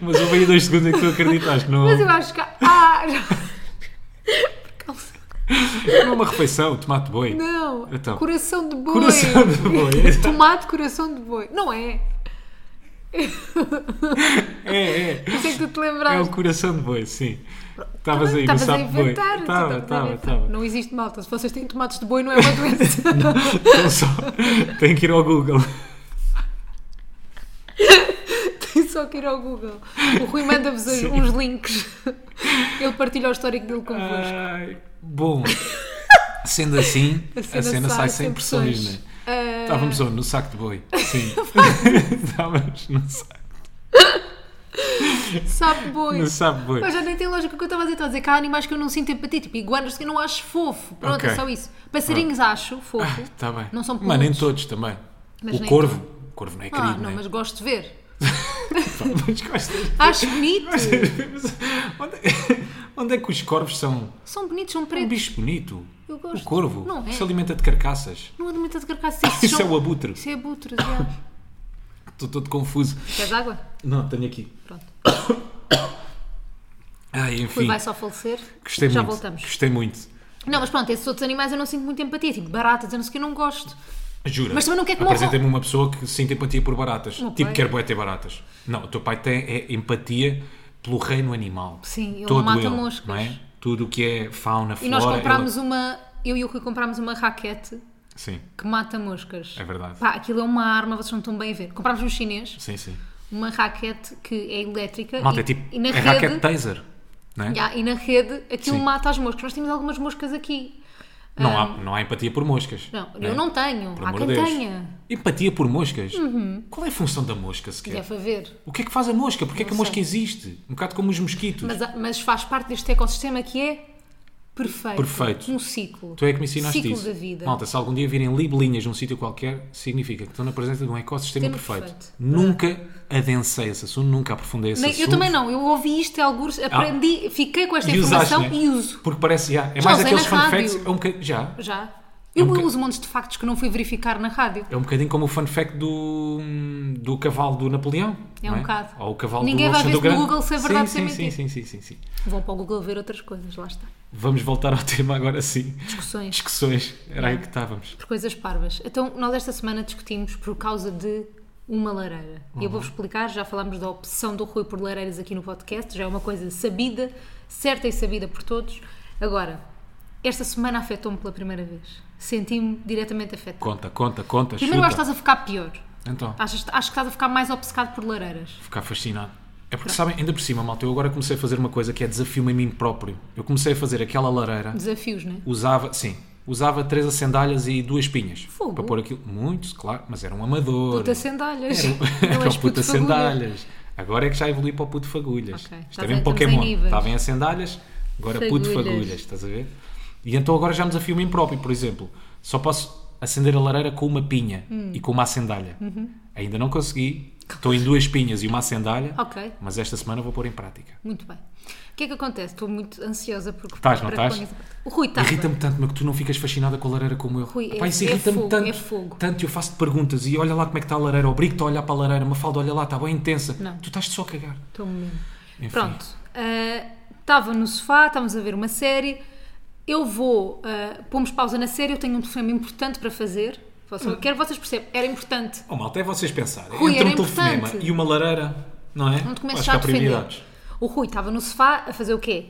S1: Mas houve aí dois segundos em que tu acreditaste. Não,
S2: Mas eu acho que. há- Ah! Por causa-
S1: não é uma refeição, tomate de boi.
S2: Não!
S1: Então.
S2: Coração de boi!
S1: Coração de boi.
S2: Tomate, coração de boi. Não é?
S1: É, é.
S2: Não sei que tu te
S1: É o
S2: lembraste.
S1: coração de boi, sim. É Estavas aí no
S2: Estavas a
S1: sapo de boi. Estava,
S2: inventar. estavas a
S1: estava,
S2: inventar.
S1: estava.
S2: Não existe malta. Se vocês têm tomates de boi, não é uma doença.
S1: Então só tem que ir ao Google.
S2: Tem só que ir ao Google. O Rui manda-vos
S1: Sim.
S2: uns links. Ele partilha o histórico dele convosco.
S1: Ai, bom, sendo assim, a cena, sai sem pressões, não é? Estávamos onde? No saco de boi. Sim. Estávamos no saco,
S2: Ah, Sabe boi.
S1: no saco de boi.
S2: Mas já nem tem lógica o que eu estava a dizer. Estava a dizer que há animais que eu não sinto empatia. Tipo iguanas que eu não acho fofo. Pronto,
S1: Ok. Ah,
S2: é só isso. Passarinhos acho fofo. Ah,
S1: Está Tá bem.
S2: Não são
S1: Mas nem
S2: peludos.
S1: todos também.
S2: Mas
S1: o
S2: nem
S1: corvo. O corvo não é querido,
S2: Ah, não,
S1: né?
S2: mas gosto de ver.
S1: Pá, mas gostas-
S2: Acho bonito. É.
S1: gostas- onde, onde é que os corvos são?
S2: São bonitos, são
S1: É um
S2: pretos.
S1: bicho bonito.
S2: Eu gosto.
S1: O corvo.
S2: Não
S1: que
S2: é.
S1: se alimenta de carcaças.
S2: Não admito de carcaça.
S1: Isso é o abutre.
S2: Isso é abutre, já.
S1: Estou todo confuso.
S2: Queres água?
S1: Não, tenho aqui.
S2: Pronto.
S1: Ai,
S2: Rui
S1: enfim.
S2: vai só falecer.
S1: Gostei
S2: já
S1: muito.
S2: voltamos.
S1: Gostei muito.
S2: Não, mas pronto, esses outros animais eu não sinto muita empatia. Tipo baratas, eu não sei o que, eu não gosto.
S1: Jura.
S2: Mas também não quer que
S1: Apresenta-me uma pessoa que sente empatia por baratas.
S2: meu
S1: tipo,
S2: pai-
S1: quer bué ter baratas. Não, o teu pai tem é, empatia pelo reino animal.
S2: Sim, ele
S1: Todo
S2: mata
S1: ele,
S2: moscas.
S1: Não é? Tudo o que é fauna, flora.
S2: E nós comprámos
S1: ele-
S2: uma. Eu e o Rui comprámos uma raquete
S1: Sim,
S2: que mata moscas.
S1: é verdade.
S2: Pá, aquilo é uma arma, vocês não estão bem a ver. Comprámos um chinês,
S1: Sim, sim.
S2: uma raquete que é elétrica.
S1: Malta,
S2: e,
S1: é tipo.
S2: e na
S1: é
S2: rede,
S1: raquete taser. Não é?
S2: Ya, e na rede aquilo
S1: Sim.
S2: mata as moscas. Nós temos algumas moscas aqui.
S1: Não, há, não há empatia por moscas.
S2: Ah. Não,
S1: é?
S2: eu não tenho.
S1: Por
S2: Há
S1: amor
S2: quem
S1: de Deus.
S2: tenha. Uhum.
S1: Empatia por moscas? Qual é a função da mosca sequer?
S2: Deve haver.
S1: O que é que faz a mosca? Porquê é que a
S2: Não
S1: mosca
S2: sei.
S1: existe? Um bocado como os mosquitos.
S2: Mas, mas faz parte deste ecossistema que é perfeito.
S1: Perfeito.
S2: Um ciclo.
S1: Tu é que me ensinaste
S2: ciclo
S1: isso.
S2: da vida.
S1: Malta, se algum dia virem libelinhas num sítio qualquer, significa que estão na presença de um ecossistema
S2: Sistema
S1: perfeito.
S2: perfeito.
S1: Nunca adensei esse assunto, nunca aprofundei esse
S2: Nem-
S1: assunto.
S2: eu também não, eu ouvi isto em alguns, aprendi, fiquei com esta
S1: Ah. E usaste,
S2: informação
S1: né?
S2: e uso.
S1: Porque parece, já, é
S2: Já
S1: mais
S2: usei
S1: aqueles
S2: na
S1: fun
S2: rádio.
S1: facts, é um bocadinho, já,
S2: Já. Eu
S1: um bocad-
S2: uso montes de factos que não fui verificar na rádio.
S1: é um bocadinho como o fun fact do, do cavalo do Napoleão.
S2: É um
S1: não
S2: bocado.
S1: Ou o cavalo
S2: Ninguém
S1: do
S2: vai
S1: Alexandre
S2: ver se no
S1: o Grande.
S2: Google se é verdade ou se é
S1: sim, sim, sim,
S2: mentira.
S1: sim, sim, sim.
S2: Vão para o Google ver outras coisas, lá está.
S1: Vamos voltar ao tema agora sim.
S2: Discussões
S1: Discussões, era aí que estávamos.
S2: por coisas parvas. Então, nós esta semana discutimos por causa de uma lareira. E eu vou-vos explicar, já falámos da opção do Rui por lareiras aqui no podcast, já é uma coisa sabida, certa e sabida por todos. Agora, esta semana afetou-me pela primeira vez. Senti-me diretamente afetada.
S1: Conta, conta, conta,
S2: Primeiro eu acho
S1: chuta.
S2: que estás a ficar pior.
S1: Então,
S2: Achas, acho que estás a ficar mais obcecado por lareiras.
S1: ficar fascinado. É porque, sabem, ainda por cima, malta, eu agora comecei a fazer uma coisa que é desafio-me a mim próprio. Eu comecei a fazer aquela lareira,
S2: Desafios, não é?
S1: usava, sim, usava três acendalhas e duas pinhas.
S2: Fogo.
S1: Para pôr aquilo, muito, claro, mas era um amador.
S2: Puta sandálias. Não
S1: Eram
S2: és
S1: um- puta
S2: puto fagulha.
S1: sandálias. Agora é que já evolui para o puto fagulhas.
S2: Ok.
S1: Isto
S2: Estás
S1: é
S2: a-
S1: mesmo
S2: estamos em
S1: Pokémon.
S2: níveis.
S1: Estavam a sandálias, agora puto
S2: Fagulhas.
S1: fagulhas, estás a ver? E então agora já me desafio a mim próprio, por exemplo. Só posso acender a lareira com uma pinha
S2: Hum.
S1: e com uma acendalha.
S2: Uhum.
S1: Ainda não consegui. Estou em duas pinhas e uma acendalha.
S2: Ok.
S1: Mas esta semana vou pôr em prática.
S2: Muito bem. O que é que acontece? Estou muito ansiosa porque.
S1: Estás, não
S2: para que
S1: estás?
S2: ponhas- O Rui está.
S1: Irrita-me tanto, meu, que tu não ficas fascinada com a lareira como eu.
S2: Tá Rui, é-
S1: Pá, isso
S2: é
S1: irrita-me
S2: fogo,
S1: tanto.
S2: é fogo.
S1: Tanto, eu faço-te perguntas e olha lá como é que está a lareira. Obrigo-te a olhar para a lareira. Mafalda, olha lá, está bem intensa.
S2: Não.
S1: Tu estás só a cagar.
S2: Estou mesmo.
S1: Enfim.
S2: Pronto. ah, Estava no sofá, estávamos a ver uma série. Eu vou. ah, pomos pausa na série, eu tenho um telefonema importante para fazer. Vocês-
S1: Hum.
S2: Quero que vocês percebam. Era importante.
S1: Oh, malta, é vocês pensarem.
S2: Rui,
S1: Entre
S2: era
S1: um telefonema
S2: importante.
S1: e uma lareira, não é?
S2: Não te começo
S1: Acho
S2: já
S1: que
S2: a
S1: há prioridades.
S2: defender. O Rui estava no sofá a fazer o quê?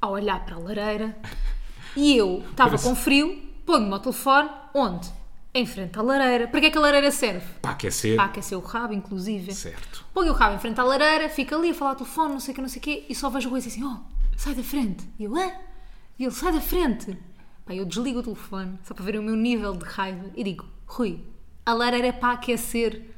S2: A olhar para a lareira. E eu estava
S1: Parece-
S2: com frio, ponho-me ao telefone. Onde? Em frente à lareira. Para que é que a lareira serve?
S1: Para aquecer.
S2: Para aquecer o rabo, inclusive.
S1: Certo.
S2: Põe o rabo em frente à lareira, fica ali a falar ao telefone, não sei o que, não sei o quê, e só vejo o Rui assim, oh, sai da frente. E eu, hã? E ele, sai da frente. Pá, eu desligo o telefone, só para ver o meu nível de raiva, e digo, Rui, a lareira é para aquecer,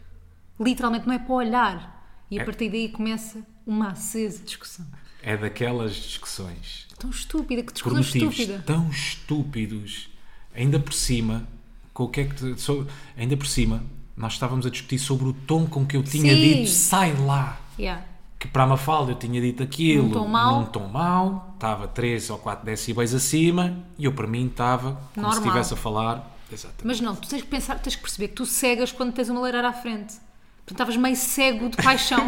S2: literalmente não é para olhar. E a
S1: É.
S2: partir daí começa uma acesa discussão.
S1: É daquelas discussões.
S2: Tão estúpida, que
S1: Por
S2: discussão
S1: motivos
S2: estúpida.
S1: tão estúpidos. Ainda por cima, com o que é que. te- so- ainda por cima, nós estávamos a discutir sobre o tom com que eu tinha
S2: Sim.
S1: dito sai lá.
S2: Yeah.
S1: Que para a Mafalda eu tinha dito aquilo
S2: Num tom mau.
S1: num tom mau, estava 3 ou 4 decibéis acima e eu para mim estava como se
S2: Normal.
S1: estivesse a falar. Exatamente.
S2: Mas não, tu tens que pensar, tens que perceber que tu cegas quando tens uma lareira à frente. Portanto, estavas meio cego de paixão.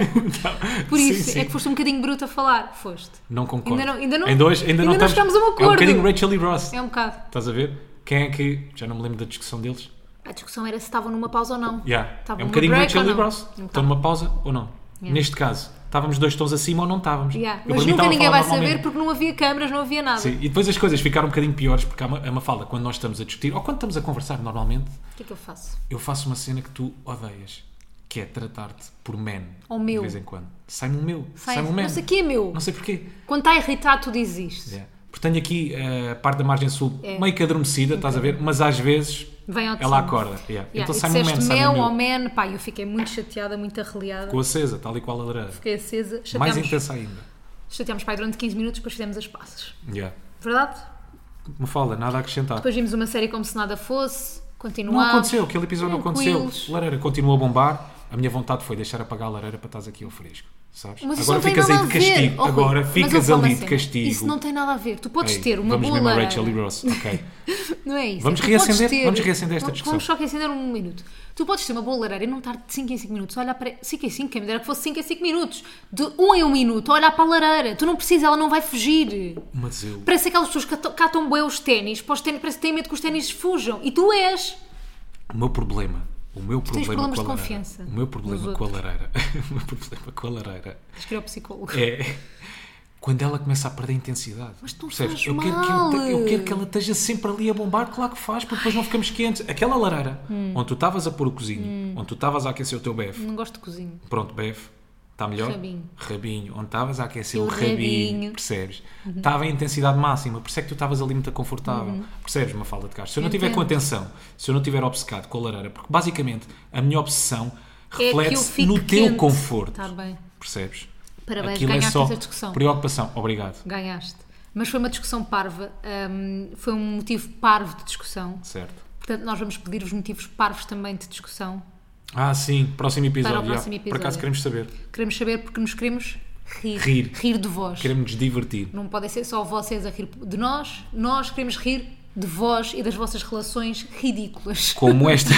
S2: Por
S1: Sim,
S2: isso,
S1: sim.
S2: é que foste um bocadinho bruto a falar. Foste.
S1: Não concordo.
S2: Ainda não- ainda não-
S1: hoje- ainda não
S2: ainda não
S1: estamos,
S2: chegamos a um
S1: É um
S2: acordo.
S1: bocadinho Rachel e Ross.
S2: É um bocado.
S1: Estás a ver? Quem é que. Já não me lembro da discussão deles.
S2: A discussão era se estavam numa pausa ou não.
S1: Yeah.
S2: Estava
S1: É um
S2: numa
S1: bocadinho
S2: Tá break
S1: Rachel
S2: ou
S1: e
S2: não?
S1: Ross.
S2: Um
S1: Estão
S2: bocado.
S1: numa pausa ou não?
S2: Yeah.
S1: Neste caso, estávamos dois tons acima ou não estávamos?
S2: Yeah.
S1: Eu, para
S2: Mas
S1: mim,
S2: nunca
S1: estava a
S2: ninguém
S1: falar
S2: vai saber
S1: normalmente.
S2: porque não havia câmaras, não havia nada.
S1: Sim, e depois as coisas ficaram um bocadinho piores porque há uma, há uma fala quando nós estamos a discutir ou quando estamos a conversar normalmente,
S2: O que é que eu faço?
S1: eu faço uma cena que tu odeias, que é tratar-te por man.
S2: Ou meu.
S1: De vez em quando. Sai-me um meu.
S2: Sai-
S1: Sai-me um man.
S2: não sei o que é meu.
S1: Não sei porquê.
S2: Quando está irritado, tu dizes isto.
S1: É. Porque tenho aqui eh, a parte da margem sul
S2: É.
S1: meio que adormecida, estás a ver? Mas às vezes
S2: Vem ao de
S1: ela
S2: cima.
S1: acorda. Yeah.
S2: Yeah.
S1: Então
S2: e
S1: sai-me um man,
S2: disseste
S1: sai-me um
S2: meu ou
S1: meu.
S2: man, pá, eu fiquei muito chateada, muito arreliada.
S1: Com acesa, tal e qual a lareira.
S2: Fiquei acesa.
S1: Mais
S2: Chateámos,
S1: intensa ainda.
S2: chateámos pai durante 15 minutos, depois fizemos as passas.
S1: Yeah.
S2: Verdade?
S1: Me fala, nada a acrescentar.
S2: Depois vimos uma série como se nada fosse,
S1: não
S2: continuámos.
S1: aconteceu, aquele episódio não aconteceu.
S2: tranquilos.
S1: A lareira continua a bombar. A minha vontade foi deixar apagar a lareira para estás aqui ao fresco. Sabes?
S2: Mas isso
S1: Agora
S2: não tem
S1: ficas
S2: nada
S1: aí de
S2: a ver.
S1: castigo.
S2: Oh, Rui,
S1: Agora
S2: mas
S1: ficas
S2: ouve lá uma
S1: ali de
S2: cena.
S1: castigo.
S2: Isso não tem nada a ver. Tu podes
S1: Ei,
S2: ter uma
S1: vamos
S2: boa
S1: mesmo a
S2: lareira.
S1: Rachel e Ross. Ok.
S2: Não é isso.
S1: Vamos
S2: é que tu podes
S1: reacender- vamos reacender esta discussão.
S2: Vamos só reacender um minuto. Tu podes ter uma boa lareira e não estar de 5 em 5 minutos. Olha para 5 em 5, quem me dera que fosse 5 em 5 minutos. De 1 em 1 minuto, olhar para a lareira. Tu não precisas, ela não vai fugir.
S1: Mas eu.
S2: Parece aquelas pessoas que catam- catam bem os ténis, para os ténis, parece que têm medo que os ténis fujam. E tu és.
S1: O meu problema. O meu
S2: tens
S1: problema
S2: problemas
S1: com a
S2: de
S1: lareira.
S2: confiança
S1: O meu
S2: nos
S1: problema com a lareira. o meu problema com a lareira
S2: Tens que ir ao psicólogo.
S1: é quando ela começa a perder intensidade.
S2: Mas tu fazes
S1: eu, quero que eu,
S2: mal.
S1: te- eu quero que ela esteja sempre ali a bombar, claro que faz, porque depois não ficamos quentes. Aquela lareira
S2: Hum.
S1: onde tu estavas a pôr o cozinho, onde tu estavas a aquecer o teu BF,
S2: Não gosto de cozinho.
S1: pronto, BF, está melhor?
S2: Rabinho.
S1: Rabinho, onde estavas a aquecer
S2: E
S1: o
S2: o
S1: rabinho,
S2: rabinho. Uhum.
S1: percebes? Estava em intensidade máxima, por isso é que tu estavas ali muito confortável, percebes? Uma falda de caixa. Se eu não estiver com
S2: Entendo.
S1: atenção, se eu não estiver obcecado com a lareira, porque basicamente a minha obsessão
S2: É que eu
S1: reflete-se
S2: fique
S1: no teu
S2: quente.
S1: conforto,
S2: Está bem.
S1: percebes?
S2: Parabéns,
S1: Aquilo é
S2: ganhaste
S1: só
S2: esta discussão.
S1: preocupação. Obrigado.
S2: Ganhaste. Mas foi uma discussão parva, hum, foi um motivo parvo de discussão.
S1: Certo.
S2: Portanto, nós vamos pedir os motivos parvos também de discussão.
S1: Ah, sim, próximo episódio.
S2: Para o próximo
S1: já.
S2: episódio.
S1: Por acaso queremos saber.
S2: Queremos saber porque nos queremos rir.
S1: Rir.
S2: de vós.
S1: Queremos nos divertir.
S2: Não podem ser só vocês a rir de nós. Nós queremos rir de vós e das vossas relações ridículas.
S1: Como esta,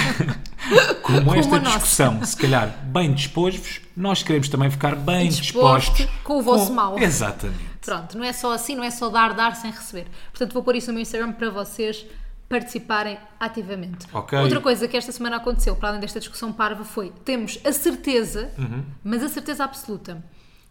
S1: como
S2: Como
S1: esta
S2: a nossa.
S1: discussão, se calhar bem dispostos, nós queremos também ficar bem
S2: Disposto
S1: dispostos
S2: com o vosso mal.
S1: Exatamente.
S2: Pronto, não é só assim, não é só dar, dar sem receber. Portanto, vou pôr isso no meu Instagram para vocês participarem ativamente.
S1: Ok.
S2: Outra coisa que esta semana aconteceu, para além desta discussão parva, foi temos a certeza,
S1: Uhum.
S2: mas a certeza absoluta,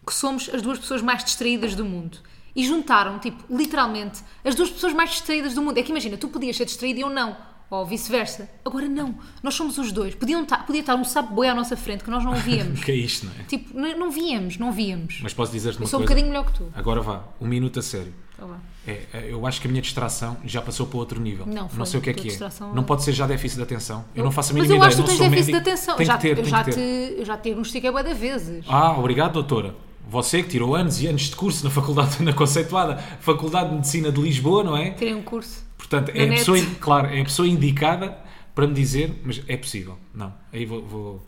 S2: que somos as duas pessoas mais distraídas do mundo. E juntaram, tipo, literalmente, as duas pessoas mais distraídas do mundo. É que imagina, tu podias ser distraída e eu não. Ou vice-versa. Agora não. Nós somos os dois. Podiam ta- podia estar um sapo boi à nossa frente que nós não víamos.
S1: Que é isto, não é?
S2: tipo, n- não víamos, não víamos.
S1: Mas posso dizer-te
S2: eu
S1: uma
S2: sou um
S1: coisa?
S2: bocadinho melhor que tu.
S1: Agora vá, um minuto a sério.
S2: Tá bom.
S1: É, é, eu acho que a minha distração já passou para outro nível.
S2: Não, foi.
S1: não sei o que é
S2: Tua
S1: que é.
S2: distração-
S1: Não pode ser já déficit de atenção. Eu não faço a
S2: Mas
S1: mínima ideia.
S2: eu acho que
S1: não
S2: tu tens
S1: sou
S2: déficit de
S1: médico.
S2: atenção.
S1: Tem
S2: já,
S1: que ter,
S2: eu
S1: tem
S2: já
S1: que ter.
S2: te, eu já te diagnostiquei bué de vezes.
S1: Ah, obrigado, doutora. Você que tirou anos e anos de curso na faculdade, na conceituada Faculdade de Medicina de Lisboa, não é?
S2: Tirei um curso.
S1: Portanto,
S2: Na
S1: é a,
S2: net.
S1: pessoa, in- claro, é a pessoa indicada para me dizer, mas é possível. Não, aí vou, vou,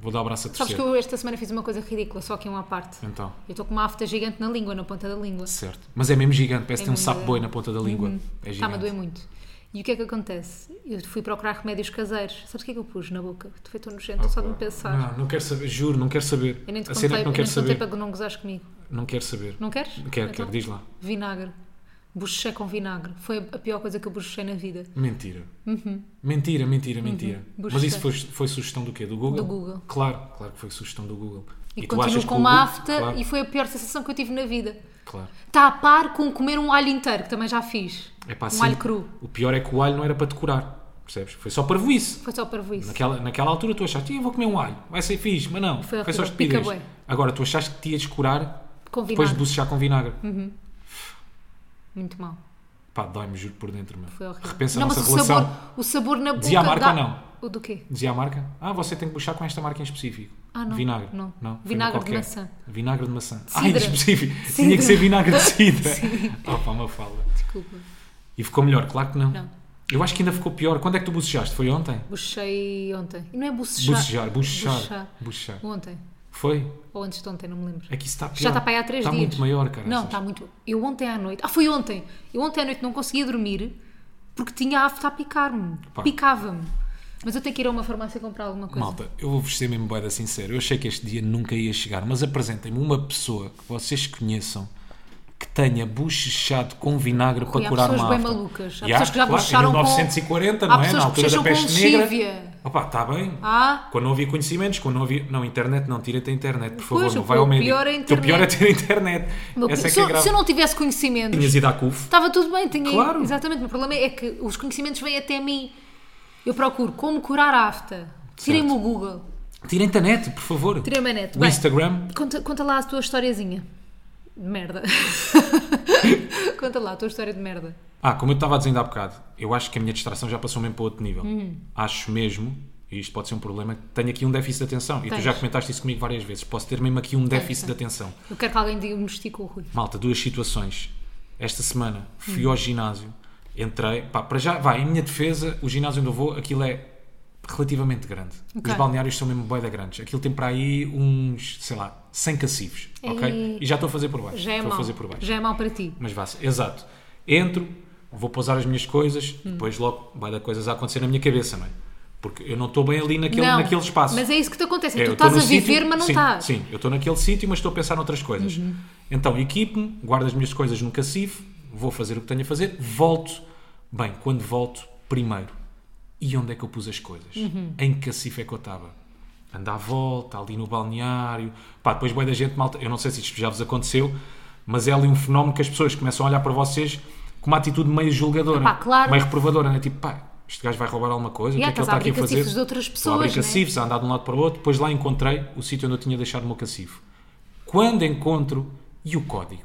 S1: vou dar o braço a
S2: Sabes
S1: torcer.
S2: que eu esta semana fiz uma coisa ridícula, só aqui uma à parte. Eu
S1: Então,
S2: estou com uma afta gigante na língua, na ponta da língua.
S1: certo. Mas é mesmo gigante, parece que tem um
S2: mesmo
S1: sapo boi na ponta da língua. É
S2: Está-me a doer
S1: gigante.
S2: muito. E o que é que acontece? Eu fui procurar remédios caseiros. Sabes o que é que eu pus na boca? Tu foi tão nojento, só de me pensar.
S1: Não, não quero saber, juro, não quero saber.
S2: Eu nem te
S1: a
S2: contei,
S1: cena é que
S2: eu
S1: não
S2: nem
S1: quero
S2: te contei
S1: saber.
S2: para não gozares comigo.
S1: Não quero saber.
S2: Não queres?
S1: Quero,
S2: Então,
S1: quero, diz lá.
S2: Vinagre. Bochechei com vinagre. Foi a pior coisa que eu bochechei na vida.
S1: Mentira.
S2: Uhum.
S1: Mentira, mentira, mentira. Mas
S2: Busca.
S1: isso foi, foi sugestão do quê? Do Google?
S2: Uhum. Do Google.
S1: Claro, claro que foi sugestão do Google.
S2: E,
S1: tu
S2: continuo
S1: achas que
S2: com
S1: o
S2: uma
S1: Google-
S2: afta
S1: Claro,
S2: e foi a pior sensação que eu tive na vida.
S1: claro.
S2: Está Tá a par com comer um alho inteiro, que também já fiz.
S1: É pá,
S2: um
S1: assim,
S2: alho cru.
S1: O pior é que o alho não era para decorar, percebes? Foi só para voice.
S2: Foi só para isso.
S1: Naquela, naquela altura tu achaste, "Ih, eu vou comer um alho, vai ser fixe, mas não,
S2: Foi
S1: foi só
S2: horrível, pica
S1: estupidez.
S2: bué.
S1: Agora, tu achaste que te ias curar
S2: Com
S1: depois
S2: vinagre. Hum.
S1: de bucejar com vinagre.
S2: Muito mal.
S1: Pá, dói-me, juro, por dentro, meu.
S2: Foi horrível.
S1: Repensa a
S2: Não,
S1: nossa
S2: mas o
S1: relação.
S2: sabor, o sabor na boca.
S1: Dizia a marca
S2: dá-
S1: ou não?
S2: O do quê?
S1: Dizia a marca, ah, você tem que buchar com esta marca em específico.
S2: Ah, não,
S1: Vinagre.
S2: não.
S1: não foi
S2: Vinagre
S1: uma
S2: de
S1: qualquer.
S2: maçã.
S1: Vinagre de maçã. Ah, em
S2: Cidra.
S1: específico.
S2: Cidra.
S1: Tinha que ser vinagre de cidra. Ah, pá, uma fala.
S2: Desculpa.
S1: E ficou melhor, claro que não.
S2: Não.
S1: Eu acho que ainda ficou pior. Quando é que tu bucejaste? Foi ontem?
S2: Bochei ontem. E não é bocejar.
S1: Bucejar, bucejar.
S2: Bucejar.
S1: Bucejar.
S2: Ontem.
S1: Foi?
S2: Ou antes de ontem, não me lembro.
S1: É que isso está pior.
S2: Já está para aí há três
S1: Está
S2: dias.
S1: muito maior, cara.
S2: Não, está muito. Eu ontem à noite. Ah, foi ontem. Eu ontem à noite não conseguia dormir porque tinha a afta a picar-me.
S1: Pá.
S2: Picava-me. Mas eu tenho que ir a uma farmácia comprar alguma coisa.
S1: Malta, eu vou-vos ser mesmo boeda sincero. Eu achei que este dia nunca ia chegar, mas apresentem-me uma pessoa que vocês conheçam que tenha bochechado com vinagre
S2: Rui,
S1: para
S2: há
S1: curar uma
S2: pessoas bem
S1: afta.
S2: malucas. Há
S1: E
S2: pessoas que já
S1: claro,
S2: bochecharam
S1: em
S2: com-
S1: 1940,
S2: Há
S1: não é?
S2: pessoas
S1: Na
S2: que
S1: altura da
S2: bochecham com
S1: peste negra.
S2: lexívia.
S1: Opa, está bem.
S2: Ah.
S1: Quando não havia conhecimentos, quando não havia... Não, internet não, tira-te a internet, por favor,
S2: Pois,
S1: não
S2: o
S1: vai ao
S2: pior
S1: médico.
S2: é a
S1: O teu pior é
S2: internet.
S1: ter a internet.
S2: Meu,
S1: Essa é
S2: se,
S1: que é
S2: eu, se
S1: grave.
S2: eu não tivesse conhecimentos,
S1: Tinhas ido à CUF.
S2: estava tudo bem. Tinha ido-
S1: Claro.
S2: Exatamente. O problema é que os conhecimentos vêm até mim. Eu procuro como curar a afta. Tirei-me o Google.
S1: Tira a internet, por favor.
S2: Tirei-me a net.
S1: O
S2: Bem,
S1: Instagram.
S2: Conta, conta lá a tua historiazinha. De merda. conta lá a tua história de merda.
S1: Ah, como eu estava a dizer ainda há bocado, eu acho que a minha distração já passou mesmo para outro nível.
S2: Uhum.
S1: Acho mesmo, e isto pode ser um problema, que tenho aqui um déficit de atenção. E
S2: Tens.
S1: tu já comentaste isso comigo várias vezes. Posso ter mesmo aqui um déficit de atenção.
S2: Eu quero que alguém diagnostique o Rui.
S1: Malta, duas situações. Esta semana fui
S2: Uhum.
S1: ao ginásio, entrei, pá, para já, vai, em minha defesa, o ginásio onde eu vou, aquilo é relativamente grande.
S2: Ok.
S1: Os balneários são mesmo bué da grandes. Aquilo tem para aí uns, sei lá, 100 cacifes, ok?
S2: Ei.
S1: E já estou a fazer por baixo.
S2: Já é
S1: estou a
S2: mau.
S1: fazer por baixo.
S2: Já é mau para ti.
S1: Mas vá exato. Entro, vou pousar as minhas coisas,
S2: Hum.
S1: depois logo vai dar coisas a acontecer na minha cabeça, não é? Porque eu não estou bem ali naquele,
S2: não,
S1: naquele espaço.
S2: Mas é isso que te acontece. É,
S1: É,
S2: que tu
S1: eu estou
S2: estás a
S1: no
S2: viver,
S1: sítio-
S2: mas não
S1: sim,
S2: estás. Uhum.
S1: Sim, eu estou naquele sítio, mas estou a pensar noutras coisas. Então, equipe-me, guardo as minhas coisas num cacife, vou fazer o que tenho a fazer, volto. Bem, quando volto, primeiro, e onde é que eu pus as coisas?
S2: Uhum.
S1: Em que cacife é que eu estava? Ando à volta, ali no balneário. Pá, depois bem da gente, malta, eu não sei se isto já vos aconteceu, mas é ali um fenómeno que as pessoas começam a olhar para vocês com uma atitude meio julgadora,
S2: Epá, claro.
S1: meio reprovadora, né? Tipo, pá, este gajo vai roubar alguma coisa, o que
S2: Yeah,
S1: é que ele
S2: estás a
S1: está aqui a
S2: abrir
S1: fazer?
S2: cacifes de outras
S1: Estou a abrir
S2: pessoas, né?
S1: cacifes, a andar de um lado para o outro, depois lá encontrei o sítio onde eu tinha deixado o meu cacifo. Quando encontro, e o código?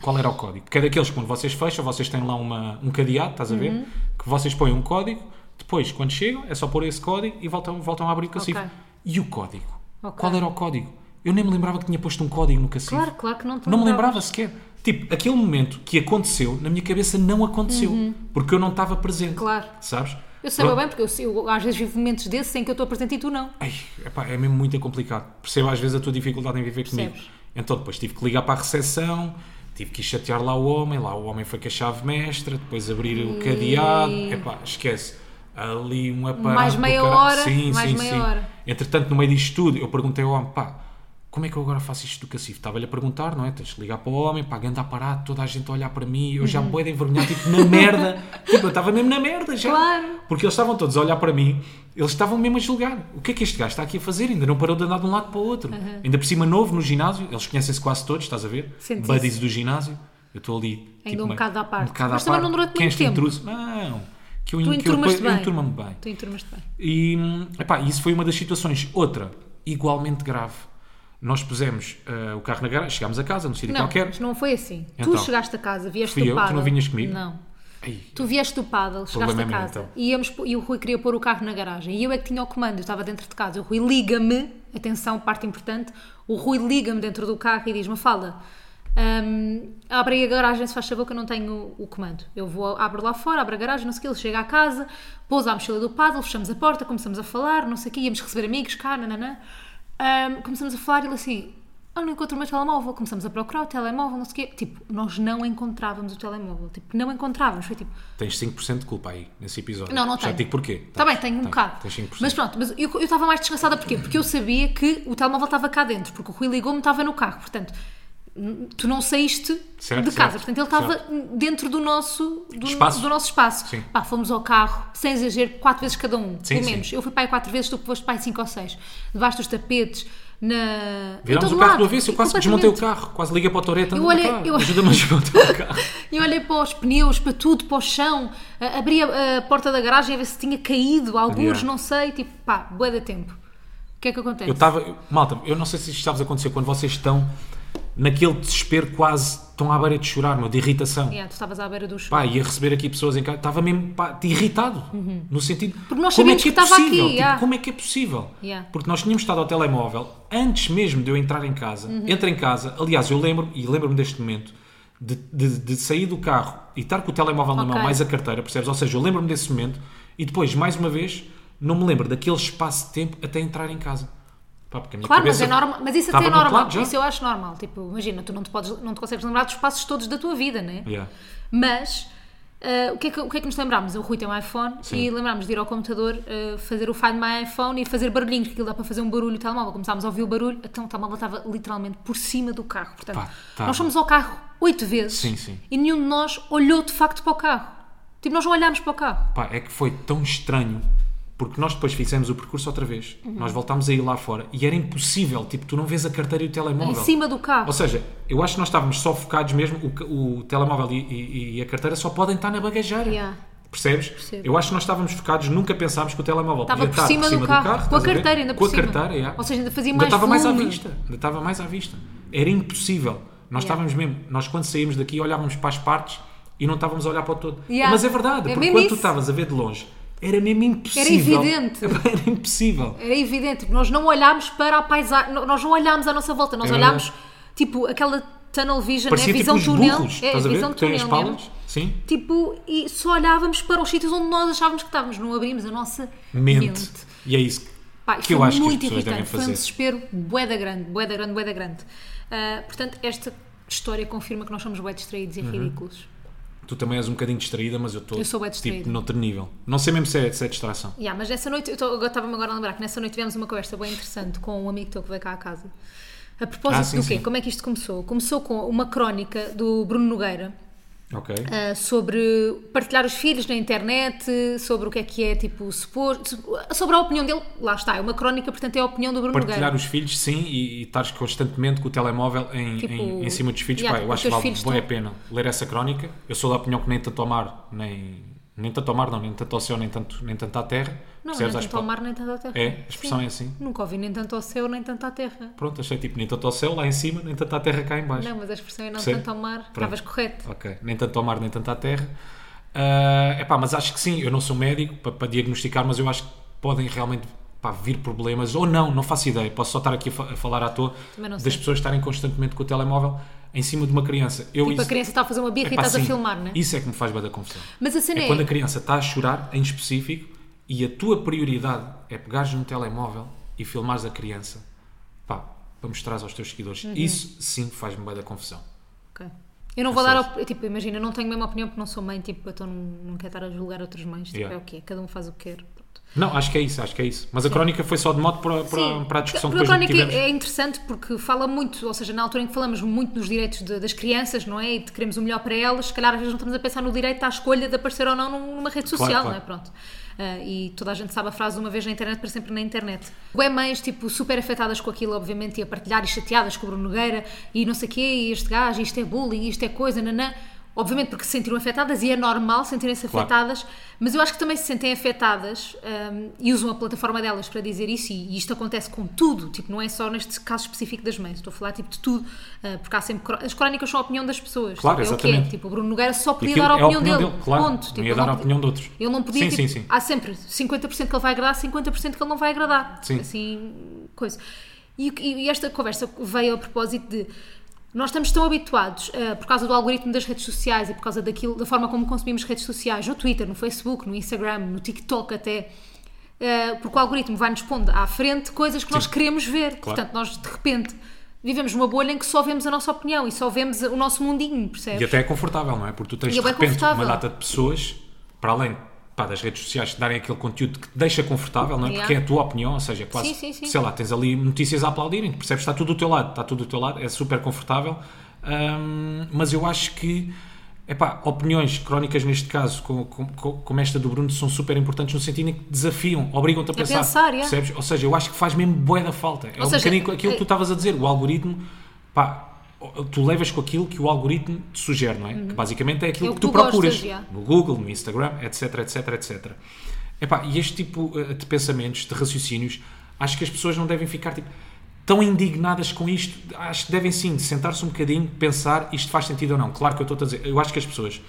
S1: Qual era o código? Que é daqueles que quando vocês fecham, vocês têm lá uma, um cadeado, estás a ver?
S2: Uhum.
S1: Que vocês põem um código, depois quando chegam é só pôr esse código e voltam, voltam a abrir o cacifo.
S2: Ok.
S1: E o código?
S2: Ok.
S1: Qual era o código? Eu nem me lembrava que tinha posto um código no cacifo.
S2: Claro, claro que não te
S1: Não me
S2: lembravas.
S1: lembrava sequer. Tipo, aquele momento que aconteceu, na minha cabeça não aconteceu. Porque eu não estava presente.
S2: Uhum. Claro.
S1: Sabes?
S2: Eu sei bem,
S1: Pronto.
S2: bem, porque eu, eu às vezes vivo momentos desses em que eu estou presente e tu não.
S1: Ai, epá, é mesmo muito complicado. Percebo às vezes a tua dificuldade em viver comigo.
S2: Percebes.
S1: Então depois tive que ligar para a recepção, tive que ir chatear lá o homem, lá o homem foi com a chave mestra, depois abrir o cadeado. Epá, esquece. Ali um aparato.
S2: Mais
S1: do
S2: meia
S1: caralho.
S2: hora, mais meia hora.
S1: Entretanto, no meio disto tudo, eu perguntei ao homem, pá, como é que eu agora faço isto do cacifo? Estava-lhe a perguntar, não é? Tens de ligar para o homem, pá, grande aparato, toda a gente a olhar para mim, eu já
S2: Uhum.
S1: boeda envergonhado, tipo, na merda. tipo, eu estava mesmo na merda já.
S2: Claro.
S1: Porque eles estavam todos a olhar para mim, eles estavam mesmo a julgar. O que é que este gajo está aqui a fazer? Ainda não parou de andar de um lado para o outro. Ainda por cima, novo no ginásio, eles conhecem-se quase todos, estás a ver?
S2: Sentes
S1: Buddies do ginásio. Eu estou ali.
S2: Ainda um bocado à parte.
S1: um bocado
S2: Mas
S1: à
S2: também
S1: parte.
S2: não durou-te
S1: Quem é
S2: muito
S1: este
S2: tempo.
S1: intruso? Não. Que eu, que
S2: Tu
S1: eu-
S2: enturmas-te
S1: eu
S2: bem.
S1: enturmo-me bem.
S2: Tu enturmas-te bem.
S1: E epá, isso foi uma das situações. Outra, igualmente grave. Nós pusemos ah, o carro na garagem, chegámos a casa, num sítio
S2: Não,
S1: qualquer.
S2: mas não foi assim. tu
S1: Então.
S2: chegaste a casa, vieste
S1: Fui
S2: do
S1: eu? Tu
S2: paddle.
S1: não vinhas comigo?
S2: Não.
S1: Ai,
S2: Tu vieste do paddle, chegaste
S1: Problema
S2: a
S1: meu,
S2: casa
S1: então.
S2: e, íamos, pô- e o Rui queria pôr o carro na garagem e eu é que tinha o comando, eu estava dentro de casa. O Rui liga-me, atenção, parte importante, o Rui liga-me dentro do carro e diz-me, fala, hum, abre aí a garagem se faz favor que eu não tenho o comando. Eu vou, abro lá fora, abro a garagem, não sei o que, ele chega à casa, pousa a mochila do paddle, fechamos a porta, começamos a falar, não sei o que, íamos receber amigos, cá, nananã. Hum, começamos a falar e ele assim... Ah, não encontro o meu telemóvel. Começamos a procurar o telemóvel, não sei o quê. Tipo, nós não encontrávamos o telemóvel. Tipo, não encontrávamos. Foi tipo,
S1: tens 5% de culpa aí, nesse episódio.
S2: não, não
S1: Já
S2: tenho.
S1: te digo porquê.
S2: Está bem, tenho um
S1: Tens-
S2: bocado.
S1: Tá Tens 5%.
S2: Mas pronto, mas eu eu estava mais descansada porquê? Porque eu sabia que o telemóvel estava cá dentro, porque o Rui ligou-me, estava no carro, portanto, n- tu não saíste
S1: Certo,
S2: de casa,
S1: certo,
S2: portanto, ele estava dentro do nosso, do,
S1: Espaço.
S2: do nosso espaço.
S1: Sim.
S2: Pá, fomos ao carro, sem exagero, quatro vezes cada um,
S1: Sim,
S2: pelo
S1: sim.
S2: menos. Eu fui pai quatro vezes, tu foste pai cinco ou seis, debaixo dos tapetes, na. em
S1: Virámos
S2: todo
S1: o carro
S2: lado,
S1: do avesso, eu quase
S2: completamente.
S1: desmontei o carro, quase liguei para o Toreto.
S2: Eu
S1: anda
S2: olhei-
S1: cá,
S2: eu-
S1: Ajuda-me a desmontar o carro.
S2: E olhei para os pneus, para tudo, para o chão, a- abri a, a porta da garagem a ver se tinha caído alguns,
S1: Yeah.
S2: não sei, tipo, pá, bué da tempo. O que é que acontece?
S1: Eu estava. eu- Malta, eu não sei se isto estava a acontecer quando vocês estão naquele desespero, quase estão à beira de chorar, meu, de irritação.
S2: Yeah, tu estavas à beira do chão.
S1: Pá, ia receber aqui pessoas em casa, estava mesmo pá, irritado, no sentido.
S2: Uhum. Porque nós
S1: como é
S2: sabíamos
S1: que,
S2: que
S1: é
S2: estava
S1: possível?
S2: aqui,
S1: Tipo,
S2: yeah.
S1: Como é que é possível?
S2: Yeah.
S1: Porque nós tínhamos estado ao telemóvel antes mesmo de eu entrar em casa.
S2: Uhum.
S1: Entra em casa, aliás, eu lembro, e lembro-me deste momento, de, de- de sair do carro e estar com o telemóvel na mão,
S2: Ok.
S1: mais a carteira, percebes? Ou seja, eu lembro-me desse momento e depois, mais uma vez, não me lembro daquele espaço de tempo até entrar em casa. Pá, porque a minha
S2: Claro, mas,
S1: cabeça
S2: é normal, mas isso
S1: estava
S2: até é
S1: no outro
S2: normal.
S1: lado já.
S2: Isso eu acho normal. Tipo, imagina, tu não te, podes, não te consegues lembrar dos passos todos da tua vida, né?
S1: Yeah.
S2: Mas ah, o, que é que, o que é que nos lembrámos? O Rui tem um iPhone
S1: Sim.
S2: e lembrámos de ir ao computador ah, fazer o Find My iPhone e fazer barulhinhos, que aquilo dá para fazer um barulho o telemóvel. Começámos a ouvir o barulho, então o telemóvel estava literalmente por cima do carro. Portanto,
S1: Pá, tava.
S2: nós fomos ao carro oito vezes
S1: Sim, sim.
S2: e nenhum de nós olhou de facto para o carro. Tipo, nós não olhámos para o carro.
S1: Pá, é que foi tão estranho porque nós depois fizemos o percurso outra vez,
S2: Uhum.
S1: nós voltámos a ir lá fora e era impossível, tipo, tu não vês a carteira e o telemóvel.
S2: Em cima do carro.
S1: Ou seja, eu acho que nós estávamos só focados mesmo, o, ca- o telemóvel e, e- e a carteira só podem estar na bagageira.
S2: Yeah.
S1: Percebes?
S2: Percebo.
S1: Eu acho que nós estávamos focados, nunca pensámos que o telemóvel
S2: Estava
S1: podia
S2: por
S1: estar um
S2: cima do carro, com a
S1: estás ver?
S2: carteira ainda por
S1: Com a
S2: cima.
S1: carteira, yeah.
S2: Ou seja, ainda fazia
S1: ainda
S2: mais
S1: estava mais à
S2: volume.
S1: vista. Ainda estava mais à vista. Era impossível. Nós
S2: Yeah.
S1: estávamos mesmo, nós quando saímos daqui olhávamos para as partes e não estávamos a olhar para o todo.
S2: Yeah.
S1: Mas é verdade,
S2: É
S1: porque
S2: mesmo
S1: quando tu
S2: isso.
S1: estavas a ver de longe, era mesmo impossível.
S2: Era evidente.
S1: Era impossível.
S2: Era evidente, tipo, nós não olhámos para a paisagem, no- nós não olhámos à nossa volta, nós
S1: É
S2: olhámos,
S1: verdade.
S2: tipo, aquela tunnel vision,
S1: Parecia
S2: né? visão
S1: tipo os
S2: túnel,
S1: burros,
S2: é,
S1: estás a ver?
S2: visão
S1: Que têm as
S2: túnel mesmo.
S1: palas. Sim.
S2: Tipo, e só olhávamos para os sítios onde nós achávamos que estávamos, não abrimos a nossa mente.
S1: Mente. E é isso
S2: Pá,
S1: que
S2: foi
S1: eu acho que as
S2: muito
S1: pessoas devem
S2: irritante, foi um
S1: fazer.
S2: desespero boeda grande, boeda grande, boeda grande. Ah, portanto, esta história confirma que nós somos bué distraídos e
S1: Uhum.
S2: ridículos.
S1: Tu também és um bocadinho distraída, mas eu estou
S2: Eu sou bué distraída.
S1: tipo noutro nível. Não sei mesmo se é, se é distração.
S2: Yeah, mas nessa noite, eu tô- eu estava-me agora a lembrar que nessa noite tivemos uma conversa bem interessante com um amigo teu que veio cá à casa. A propósito
S1: Ah, sim,
S2: do quê?
S1: sim.
S2: Como é que isto começou? Começou com uma crónica do Bruno Nogueira
S1: Ok.
S2: ah, sobre partilhar os filhos na internet, sobre o que é que é, tipo, supor, sobre a opinião dele. Lá está, é uma crónica, portanto é a opinião do Bruno
S1: Partilhar
S2: Nogueira.
S1: os filhos, sim, e, e estares constantemente com o telemóvel em,
S2: Tipo,
S1: em, em cima dos filhos.
S2: yeah,
S1: Pá, eu
S2: tipo,
S1: acho que
S2: os teus
S1: vale bem
S2: filhos
S1: a
S2: estão-
S1: pena ler essa crónica. Eu sou da opinião que nem tanto ao mar, nem, nem tanto ao mar, não, nem tanto ao céu, nem tanto, nem tanto à terra.
S2: Não, nem
S1: Percebes? Acho
S2: tanto
S1: que
S2: ao
S1: pode-
S2: mar, nem tanto à terra.
S1: É, a expressão é assim.
S2: Nunca ouvi nem tanto ao céu, nem tanto à terra.
S1: Pronto, achei tipo nem tanto ao céu lá em cima, nem tanto à terra cá em baixo.
S2: Não, mas a expressão é não
S1: Percebe?
S2: tanto ao mar.
S1: Pronto.
S2: Estavas correto.
S1: Ok, nem tanto ao mar, nem tanto à terra. Ah, epá, mas acho que sim, eu não sou médico para, para diagnosticar, mas eu acho que podem realmente pá, vir problemas, ou não, não faço ideia, posso só estar aqui a, fa- a falar à toa
S2: Também não
S1: das
S2: sei.
S1: pessoas estarem constantemente com o telemóvel em cima de uma criança. Eu,
S2: Tipo, a
S1: Então isso-
S2: criança está a fazer uma birra e
S1: Epá,
S2: estás a
S1: sim,
S2: filmar, né?
S1: Isso é que me faz bada confusão.
S2: Mas a cena
S1: É
S2: é.
S1: quando a criança está a chorar, em específico, e a tua prioridade é pegares no telemóvel e filmares a criança, pá, para mostrar aos teus seguidores.
S2: Uhum.
S1: Isso sim faz-me bada confusão.
S2: Ok. Eu não vou dar.
S1: sei.
S2: op- eu, Tipo, imagina, eu não tenho a mesma opinião porque não sou mãe, tipo, então não, não quero estar a julgar outras mães. Tipo,
S1: Yeah.
S2: é o que é, cada um faz o que quer. Pronto.
S1: Não, acho que é isso, acho que é isso. Mas a crónica foi só de modo para, para,
S2: Sim,
S1: para a discussão que depois
S2: porque a crónica
S1: tivemos.
S2: é interessante porque fala muito, ou seja, na altura em que falamos muito nos direitos de- das crianças, não é? E de queremos o melhor para elas, se calhar às vezes não estamos a pensar no direito à escolha de aparecer ou não num- numa rede social,
S1: claro.
S2: não é? Pronto. Ah, e toda a gente sabe a frase uma vez na internet para sempre na internet. Bué mães, tipo, super afetadas com aquilo, obviamente, e a partilhar e chateadas com o Bruno Nogueira e não sei o quê, e este gajo, isto é bullying, isto é coisa, nanã. Obviamente porque se sentiram afetadas e é normal sentirem-se
S1: Claro.
S2: afetadas afetadas, mas eu acho que também se sentem afetadas hum, e usam a plataforma delas para dizer isso, e, e isto acontece com tudo, tipo, não é só neste caso específico das mães, estou a falar tipo de tudo, uh, porque há sempre. cró- As crónicas são a opinião das pessoas,
S1: Claro,
S2: tipo, é o
S1: exatamente.
S2: quê? Tipo, o Bruno Nogueira só podia
S1: Aquilo
S2: dar a
S1: é a
S2: opinião,
S1: opinião
S2: dele,
S1: dele, claro.
S2: ponto.
S1: Não
S2: Tipo,
S1: ia
S2: ele
S1: dar a
S2: podia-
S1: opinião de outros.
S2: Ele não podia,
S1: Sim,
S2: tipo,
S1: sim, sim.
S2: há sempre 50% que ele vai agradar, 50% que ele não vai agradar,
S1: Sim.
S2: assim, coisa. E, o que- e esta conversa veio a propósito de. Nós estamos tão habituados, eh, por causa do algoritmo das redes sociais e por causa daquilo, da forma como consumimos redes sociais, no Twitter, no Facebook, no Instagram, no TikTok até, eh, porque o algoritmo vai-nos pondo à frente coisas que nós queremos ver. Portanto, nós de repente vivemos numa bolha em que só vemos a nossa opinião e só vemos o nosso mundinho, percebes?
S1: E até é confortável, não é? Porque tu tens
S2: E
S1: de
S2: é bem
S1: repente
S2: confortável.
S1: uma data de pessoas, para além pá, das redes sociais, te darem aquele conteúdo que te deixa confortável, não é?
S2: Yeah.
S1: Porque é a tua opinião, ou seja, é quase,
S2: Sim, sim, sim.
S1: sei lá, tens ali notícias a aplaudirem, percebes? Está tudo do teu lado, está tudo do teu lado, é super confortável. Hum, mas eu acho que, epá, opiniões crónicas neste caso, como, como, como esta do Bruno, são super importantes no sentido em que desafiam, obrigam-te a pensar.
S2: pensar, yeah.
S1: percebes? Ou seja, eu acho que faz mesmo bué da falta. É
S2: Ou
S1: um
S2: seja,
S1: bocadinho aquilo que tu estavas a dizer, o algoritmo, pá, tu levas com aquilo que o algoritmo te sugere, não é? Que basicamente é aquilo
S2: É o
S1: que
S2: que
S1: tu
S2: tu gostas,
S1: procuras
S2: já.
S1: no Google, no Instagram, etc, etc, etc. Epá, e este tipo eh, de pensamentos, de raciocínios, acho que as pessoas não devem ficar tipo, tão indignadas com isto. Acho que devem sim sentar-se um bocadinho, pensar isto faz sentido ou não. Claro que eu estou a dizer, eu acho que as pessoas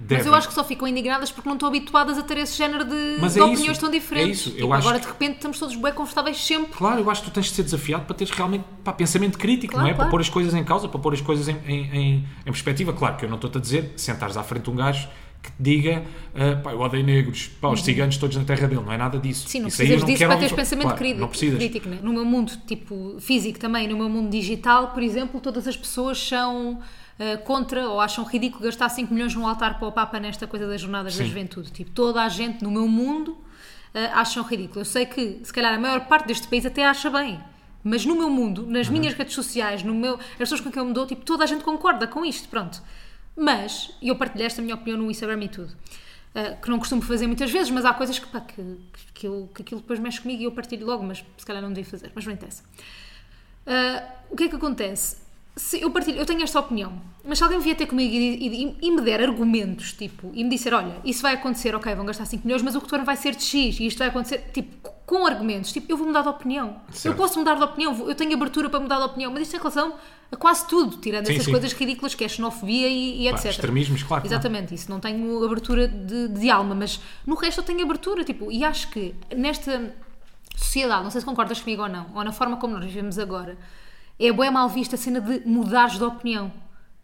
S1: devem.
S2: Mas eu acho que só ficam indignadas porque não estão habituadas a ter esse género de,
S1: Mas
S2: de
S1: é
S2: opiniões
S1: isso,
S2: tão
S1: é
S2: diferentes.
S1: isso, eu
S2: Tipo,
S1: acho
S2: agora
S1: que-
S2: de repente estamos todos bem confortáveis sempre.
S1: Claro, eu acho que tu tens de ser desafiado para teres realmente pá, pensamento crítico,
S2: Claro,
S1: não é?
S2: claro.
S1: Para pôr as coisas em causa, para pôr as coisas em, em, em- em perspectiva. Claro que eu não estou-te a dizer sentares à frente de um gajo que te diga ah, pá, eu odeio negros, pá, os ciganos todos na terra dele, não é nada disso.
S2: Uhum. Sim, não
S1: Isso aí eu
S2: precisas disso
S1: quero
S2: para teres
S1: ouvir-
S2: pensamento
S1: claro,
S2: crítico.
S1: Não precisas.
S2: crítico, né? No meu mundo tipo físico também, no meu mundo digital, por exemplo, todas as pessoas são ah, contra ou acham ridículo gastar 5 milhões num altar para o Papa nesta coisa das jornadas da
S1: Sim.
S2: juventude. Tipo, toda a gente no meu mundo ah, acham ridículo. Eu sei que, se calhar, a maior parte deste país até acha bem. Mas no meu mundo,
S1: Uhum.
S2: nas minhas redes sociais, no meu, as pessoas com quem eu me dou, tipo, toda a gente concorda com isto, pronto. Mas, e eu partilhei esta minha opinião no Instagram e tudo, ah, que não costumo fazer muitas vezes, mas há coisas que, pá, que, que, eu, que aquilo depois mexe comigo e eu partilho logo, mas se calhar não devia fazer, mas não interessa. Ah, o que é que acontece? Se eu, partilho, eu tenho esta opinião, mas se alguém vier ter comigo e, e- e me der argumentos, tipo, e me disser, olha, isso vai acontecer, ok, vão gastar 5 milhões, mas o retorno vai ser de X, e isto vai acontecer, tipo, com argumentos, tipo, eu vou mudar de opinião. Eu
S1: Certo.
S2: posso mudar de opinião, vou- eu tenho abertura para mudar de opinião, mas isto tem relação a quase tudo, tirando
S1: Sim,
S2: essas
S1: sim.
S2: coisas ridículas que é xenofobia e, e
S1: Pá,
S2: etc.
S1: extremismos, claro, claro.
S2: Exatamente, isso. Não tenho abertura de, de alma, mas no resto eu tenho abertura, tipo, e acho que nesta sociedade, não sei se concordas comigo ou não, ou na forma como nós vivemos agora, é bem mal vista a cena de mudares de opinião.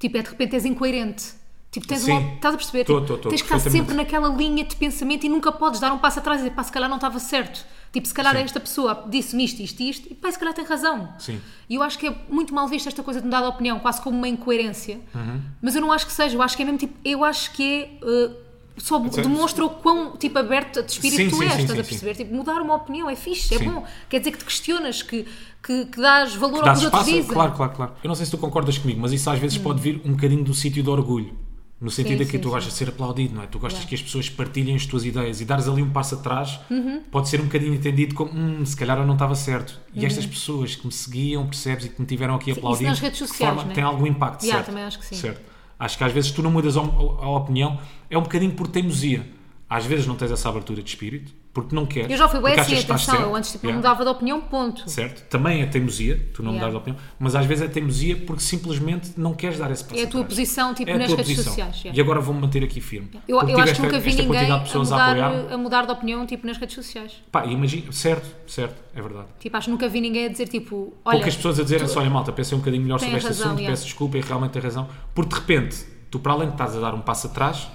S2: Tipo, é de repente és incoerente. Tipo, tens uma,
S1: Sim.
S2: estás a perceber?
S1: Tô,
S2: Tipo,
S1: tô, tô,
S2: tens que estar
S1: perfeitamente.
S2: sempre naquela linha de pensamento e nunca podes dar um passo atrás e dizer, pá, se calhar não estava certo. Tipo, se calhar
S1: Sim.
S2: esta pessoa disse-me isto, isto e isto, e pá, se calhar tem razão.
S1: Sim.
S2: E eu acho que é muito mal vista esta coisa de mudar de opinião, quase como uma incoerência.
S1: Uhum.
S2: Mas eu não acho que seja, eu acho que é mesmo tipo, eu acho que é. uh, só
S1: Sim.
S2: demonstra o quão tipo, aberto de espírito
S1: Sim,
S2: tu
S1: sim,
S2: és,
S1: sim,
S2: estás
S1: sim,
S2: a perceber? Tipo, mudar uma opinião é fixe, é
S1: Sim.
S2: bom. Quer dizer que te questionas, que, que, que dás valor ao
S1: Dás
S2: que os outros
S1: espaço,
S2: dizem.
S1: claro, claro, claro. Eu não sei se tu concordas comigo, mas isso às vezes pode vir um bocadinho do sítio do orgulho. No sentido
S2: Sim,
S1: em que
S2: sim,
S1: tu
S2: sim.
S1: gostas de ser aplaudido, não é? Tu gostas
S2: Yeah.
S1: que as pessoas partilhem as tuas ideias e dares ali um passo atrás
S2: Uhum.
S1: pode ser um bocadinho entendido como hum, se calhar eu não estava certo. E estas pessoas que me seguiam, percebes, e que me tiveram aqui a
S2: Uhum. isso
S1: aplaudir,
S2: nas redes
S1: de
S2: sociais,
S1: forma-
S2: não é?
S1: tem algum impacto,
S2: Yeah,
S1: certo?
S2: também acho que sim.
S1: Certo. Acho que às vezes tu não mudas a, a opinião, é um bocadinho por teimosia. Às vezes não tens essa abertura de espírito, porque não queres.
S2: Eu já fui bem
S1: porque
S2: assim,
S1: achas que estás
S2: atenção,
S1: certo.
S2: eu antes tipo,
S1: Yeah.
S2: não mudava de opinião, ponto.
S1: Certo? Também é teimosia, tu não
S2: Yeah.
S1: mudares de opinião, mas às vezes é teimosia porque simplesmente não queres dar esse passo.
S2: É a tua
S1: atrás.
S2: posição, tipo,
S1: a
S2: nas
S1: tua
S2: redes sociais, yeah.
S1: E agora vou-me manter aqui firme.
S2: Eu,
S1: Porque
S2: eu
S1: tive
S2: acho que
S1: esta-
S2: nunca vi
S1: esta
S2: ninguém
S1: quantidade
S2: a
S1: de pessoas a
S2: mudar,
S1: apoiar-me.
S2: a mudar de opinião, tipo, nas redes sociais.
S1: Pá, imagina, certo, certo, é verdade.
S2: Tipo, acho que nunca vi ninguém a dizer, tipo, olha...
S1: Poucas pessoas a dizerem assim, olha malta, pensei um bocadinho melhor
S2: Tens
S1: sobre este
S2: razão,
S1: assunto,
S2: yeah.
S1: peço desculpa e realmente tem razão. Porque de repente, tu para além de estás a dar um passo atrás,